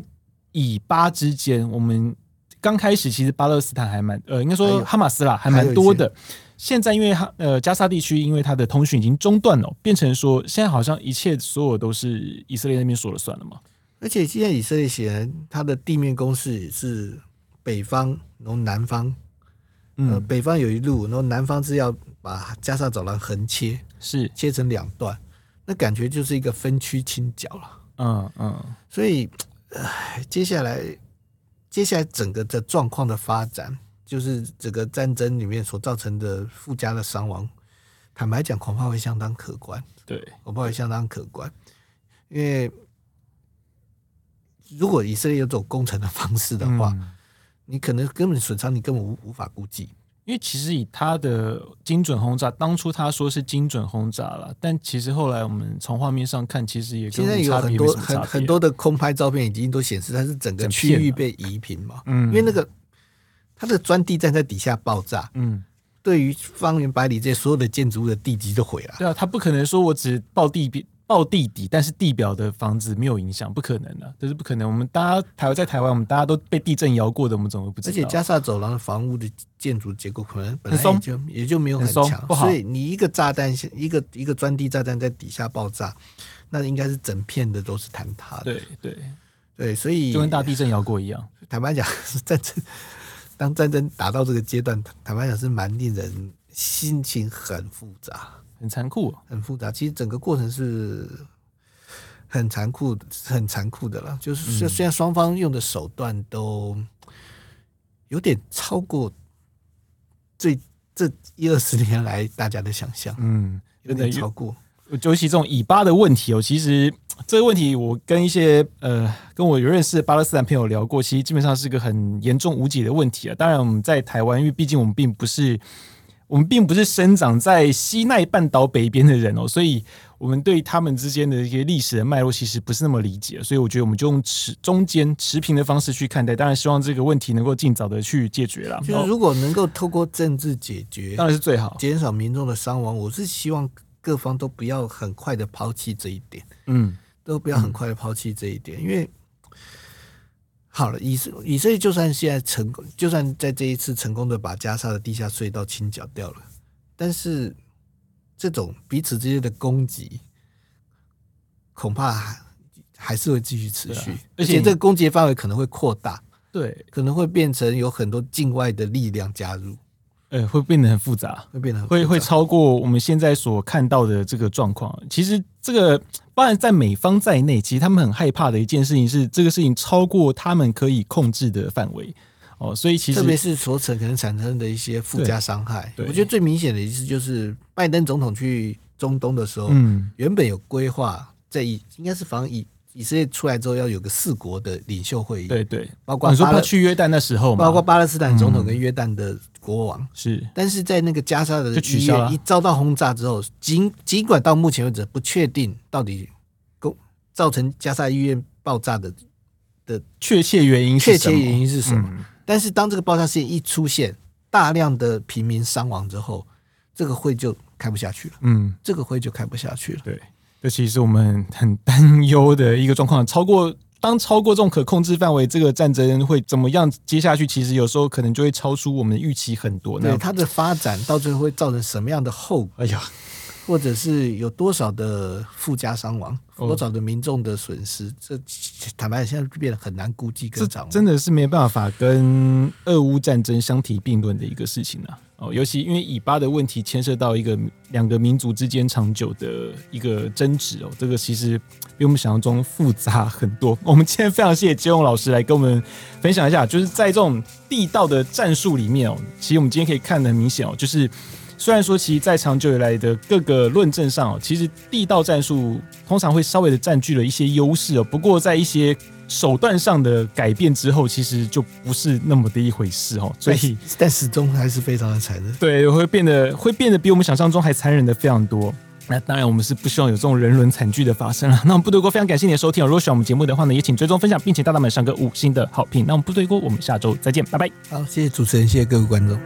[SPEAKER 2] 以巴之间，我们刚开始其实巴勒斯坦还蛮呃，应该
[SPEAKER 3] 还
[SPEAKER 2] 说
[SPEAKER 3] 有
[SPEAKER 2] 哈马斯啦，还
[SPEAKER 3] 还有
[SPEAKER 2] 蛮
[SPEAKER 3] 一
[SPEAKER 2] 多
[SPEAKER 3] 些
[SPEAKER 2] 的。现在因为哈呃加沙地区，因为它的通讯已经中断了，变成说现在好像一切所有都是以色列那边说了算了嘛。
[SPEAKER 3] 而且现在以色列显然它的地面攻势也是北方，然后南方，呃，
[SPEAKER 2] 嗯，
[SPEAKER 3] 北方有一路，然后南方是要把加沙走廊横切，
[SPEAKER 2] 是，
[SPEAKER 3] 切成两段，那感觉就是一个分区清剿了。
[SPEAKER 2] 嗯嗯
[SPEAKER 3] 所以，唉，接下来，接下来整个的状况的发展，就是整个战争里面所造成的附加的伤亡，坦白讲，恐怕会相当可观。
[SPEAKER 2] 对，
[SPEAKER 3] 恐怕会相当可观，因为如果以色列有这种攻城的方式的话，
[SPEAKER 2] 嗯
[SPEAKER 3] 你可能根本损伤你根本无无法估计。
[SPEAKER 2] 因为其实以他的精准轰炸，当初他说是精准轰炸了，但其实后来我们从画面上看，其实也跟
[SPEAKER 3] 现在
[SPEAKER 2] 无
[SPEAKER 3] 有
[SPEAKER 2] 差
[SPEAKER 3] 很
[SPEAKER 2] 别
[SPEAKER 3] 多
[SPEAKER 2] 没什么
[SPEAKER 3] 很
[SPEAKER 2] 差别
[SPEAKER 3] 很多，的空拍照片已经都显示它是整个
[SPEAKER 2] 整
[SPEAKER 3] 区
[SPEAKER 2] 片
[SPEAKER 3] 域
[SPEAKER 2] 了
[SPEAKER 3] 被夷平嘛，
[SPEAKER 2] 嗯
[SPEAKER 3] 因为那个它的钻地站在底下爆炸，
[SPEAKER 2] 嗯，
[SPEAKER 3] 对于方圆百里这些所有的建筑物的地基都毁了。
[SPEAKER 2] 对啊，他不可能说我只报地比报地底，但是地表的房子没有影响，不可能的、这是不可能。我们大家台湾在台湾，我们大家都被地震摇过的，我们怎么会不知
[SPEAKER 3] 而
[SPEAKER 2] 道？
[SPEAKER 3] 且加沙走廊的房屋的建筑结构可能本来
[SPEAKER 2] 很松
[SPEAKER 3] 也就也就没有很
[SPEAKER 2] 很松
[SPEAKER 3] 强，
[SPEAKER 2] 不好
[SPEAKER 3] 所以你一个炸弹先一个一个钻地炸弹在底下爆炸，那应该是整片的都是坍塌的。
[SPEAKER 2] 对对，
[SPEAKER 3] 对，所以
[SPEAKER 2] 就跟大地震摇过一样。
[SPEAKER 3] 坦白讲， 战争当战争打到这个阶段，坦白讲是蛮令人心情很复杂，
[SPEAKER 2] 很残酷哦、
[SPEAKER 3] 很复杂。其实整个过程是。
[SPEAKER 2] 嗯
[SPEAKER 3] 很残酷，很残酷的了。就是虽虽然双方用的手段都有点超过最这一二十年来大家的想象，
[SPEAKER 2] 嗯，
[SPEAKER 3] 有点超过。
[SPEAKER 2] 尤其这种以巴的问题哦，其实这个问题我跟一些呃跟我有认识的巴勒斯坦朋友聊过，其实基本上是个很严重无解的问题啊。当然我们在台湾，因为毕竟我们并不是我们并不是生长在西奈半岛北边的人哦，所以我们对他们之间的一些历史的脉络其实不是那么理解，所以我觉得我们就用持中间持平的方式去看待。当然，希望这个问题能够尽早的去解决啦。
[SPEAKER 3] 就是如果能够透过政治解决，
[SPEAKER 2] 当然是最好。
[SPEAKER 3] 减少民众的伤亡，我是希望各方都不要很快的抛弃这一点，
[SPEAKER 2] 嗯
[SPEAKER 3] 都不要很快的抛弃这一点，因为好了，以色以色列就算现在成功，就算在这一次成功的把加沙的地下隧道清剿掉了，但是这种彼此之间的攻击，恐怕还还是会继续持续，
[SPEAKER 2] 对啊
[SPEAKER 3] 而
[SPEAKER 2] 而
[SPEAKER 3] 且
[SPEAKER 2] 且
[SPEAKER 3] 这个攻击范围可能会扩大，
[SPEAKER 2] 对，
[SPEAKER 3] 可能会变成有很多境外的力量加入，
[SPEAKER 2] 呃，会变得很复杂。
[SPEAKER 3] 会变得很
[SPEAKER 2] 会
[SPEAKER 3] 复杂
[SPEAKER 2] 会超过我们现在所看到的这个状况。其实这个，当然在美方在内，其实他们很害怕的一件事情是，这个事情超过他们可以控制的范围。哦，所以其实
[SPEAKER 3] 特别是所产可能产生的一些附加伤害。
[SPEAKER 2] 对对
[SPEAKER 3] 我觉得最明显的一次就是拜登总统去中东的时候，
[SPEAKER 2] 嗯，
[SPEAKER 3] 原本有规划在以应该是防以以色列出来之后要有个四国的领袖会议，
[SPEAKER 2] 对对，
[SPEAKER 3] 包括
[SPEAKER 2] 你说嗯
[SPEAKER 3] 巴勒
[SPEAKER 2] 他去约旦那时候嘛，
[SPEAKER 3] 包括巴勒斯坦总统跟约旦的国王。
[SPEAKER 2] 是
[SPEAKER 3] 但是在那个加沙的
[SPEAKER 2] 就取
[SPEAKER 3] 医
[SPEAKER 2] 消了
[SPEAKER 3] 院一遭到轰炸之后，尽尽管到目前为止不确定到底构造成加沙医院爆炸的
[SPEAKER 2] 确切原因
[SPEAKER 3] 确
[SPEAKER 2] 是什
[SPEAKER 3] 切
[SPEAKER 2] 么，
[SPEAKER 3] 原因是什么，
[SPEAKER 2] 嗯
[SPEAKER 3] 但是当这个爆炸事件一出现，大量的平民伤亡之后，这个会就开不下去了，
[SPEAKER 2] 嗯，
[SPEAKER 3] 这个会就开不下去了。
[SPEAKER 2] 对，这其实是我们很担忧的一个状况，超过。当超过这种可控制范围，这个战争会怎么样接下去？其实有时候可能就会超出我们的预期很多。那
[SPEAKER 3] 对它的发展到最后会造成什么样的后果，
[SPEAKER 2] 哎呀，
[SPEAKER 3] 或者是有多少的附加伤亡，
[SPEAKER 2] 哦
[SPEAKER 3] 多少的民众的损失，这坦白讲现在就变得很难估计
[SPEAKER 2] 这
[SPEAKER 3] 跟掌握。
[SPEAKER 2] 真的是没办法跟俄乌战争相提并论的一个事情啊！哦，尤其因为以巴的问题牵涉到一个两个民族之间长久的一个争执哦，这个其实比我们想象中复杂很多。 我们今天非常谢谢金勇老师来跟我们分享一下，就是在这种地道的战术里面哦，其实我们今天可以看得很明显哦，就是。虽然说，其实，在长久以来的各个论证上哦，其实地道战术通常会稍微的占据了一些优势哦。不过，在一些手段上的改变之后，其实就不是那么的一回事哦。所以，
[SPEAKER 3] 但但始终还是非常的残忍。
[SPEAKER 2] 对，会变得会变得比我们想象中还残忍的非常多。那当然，我们是不希望有这种人伦惨剧的发生了。那我们部队锅非常感谢你的收听、哦。如果喜欢我们节目的话呢，也请追踪分享，并且大大们上个五星的好评。那我们部队锅，我们下周再见，拜拜。
[SPEAKER 3] 好，谢谢主持人，谢谢各位观众。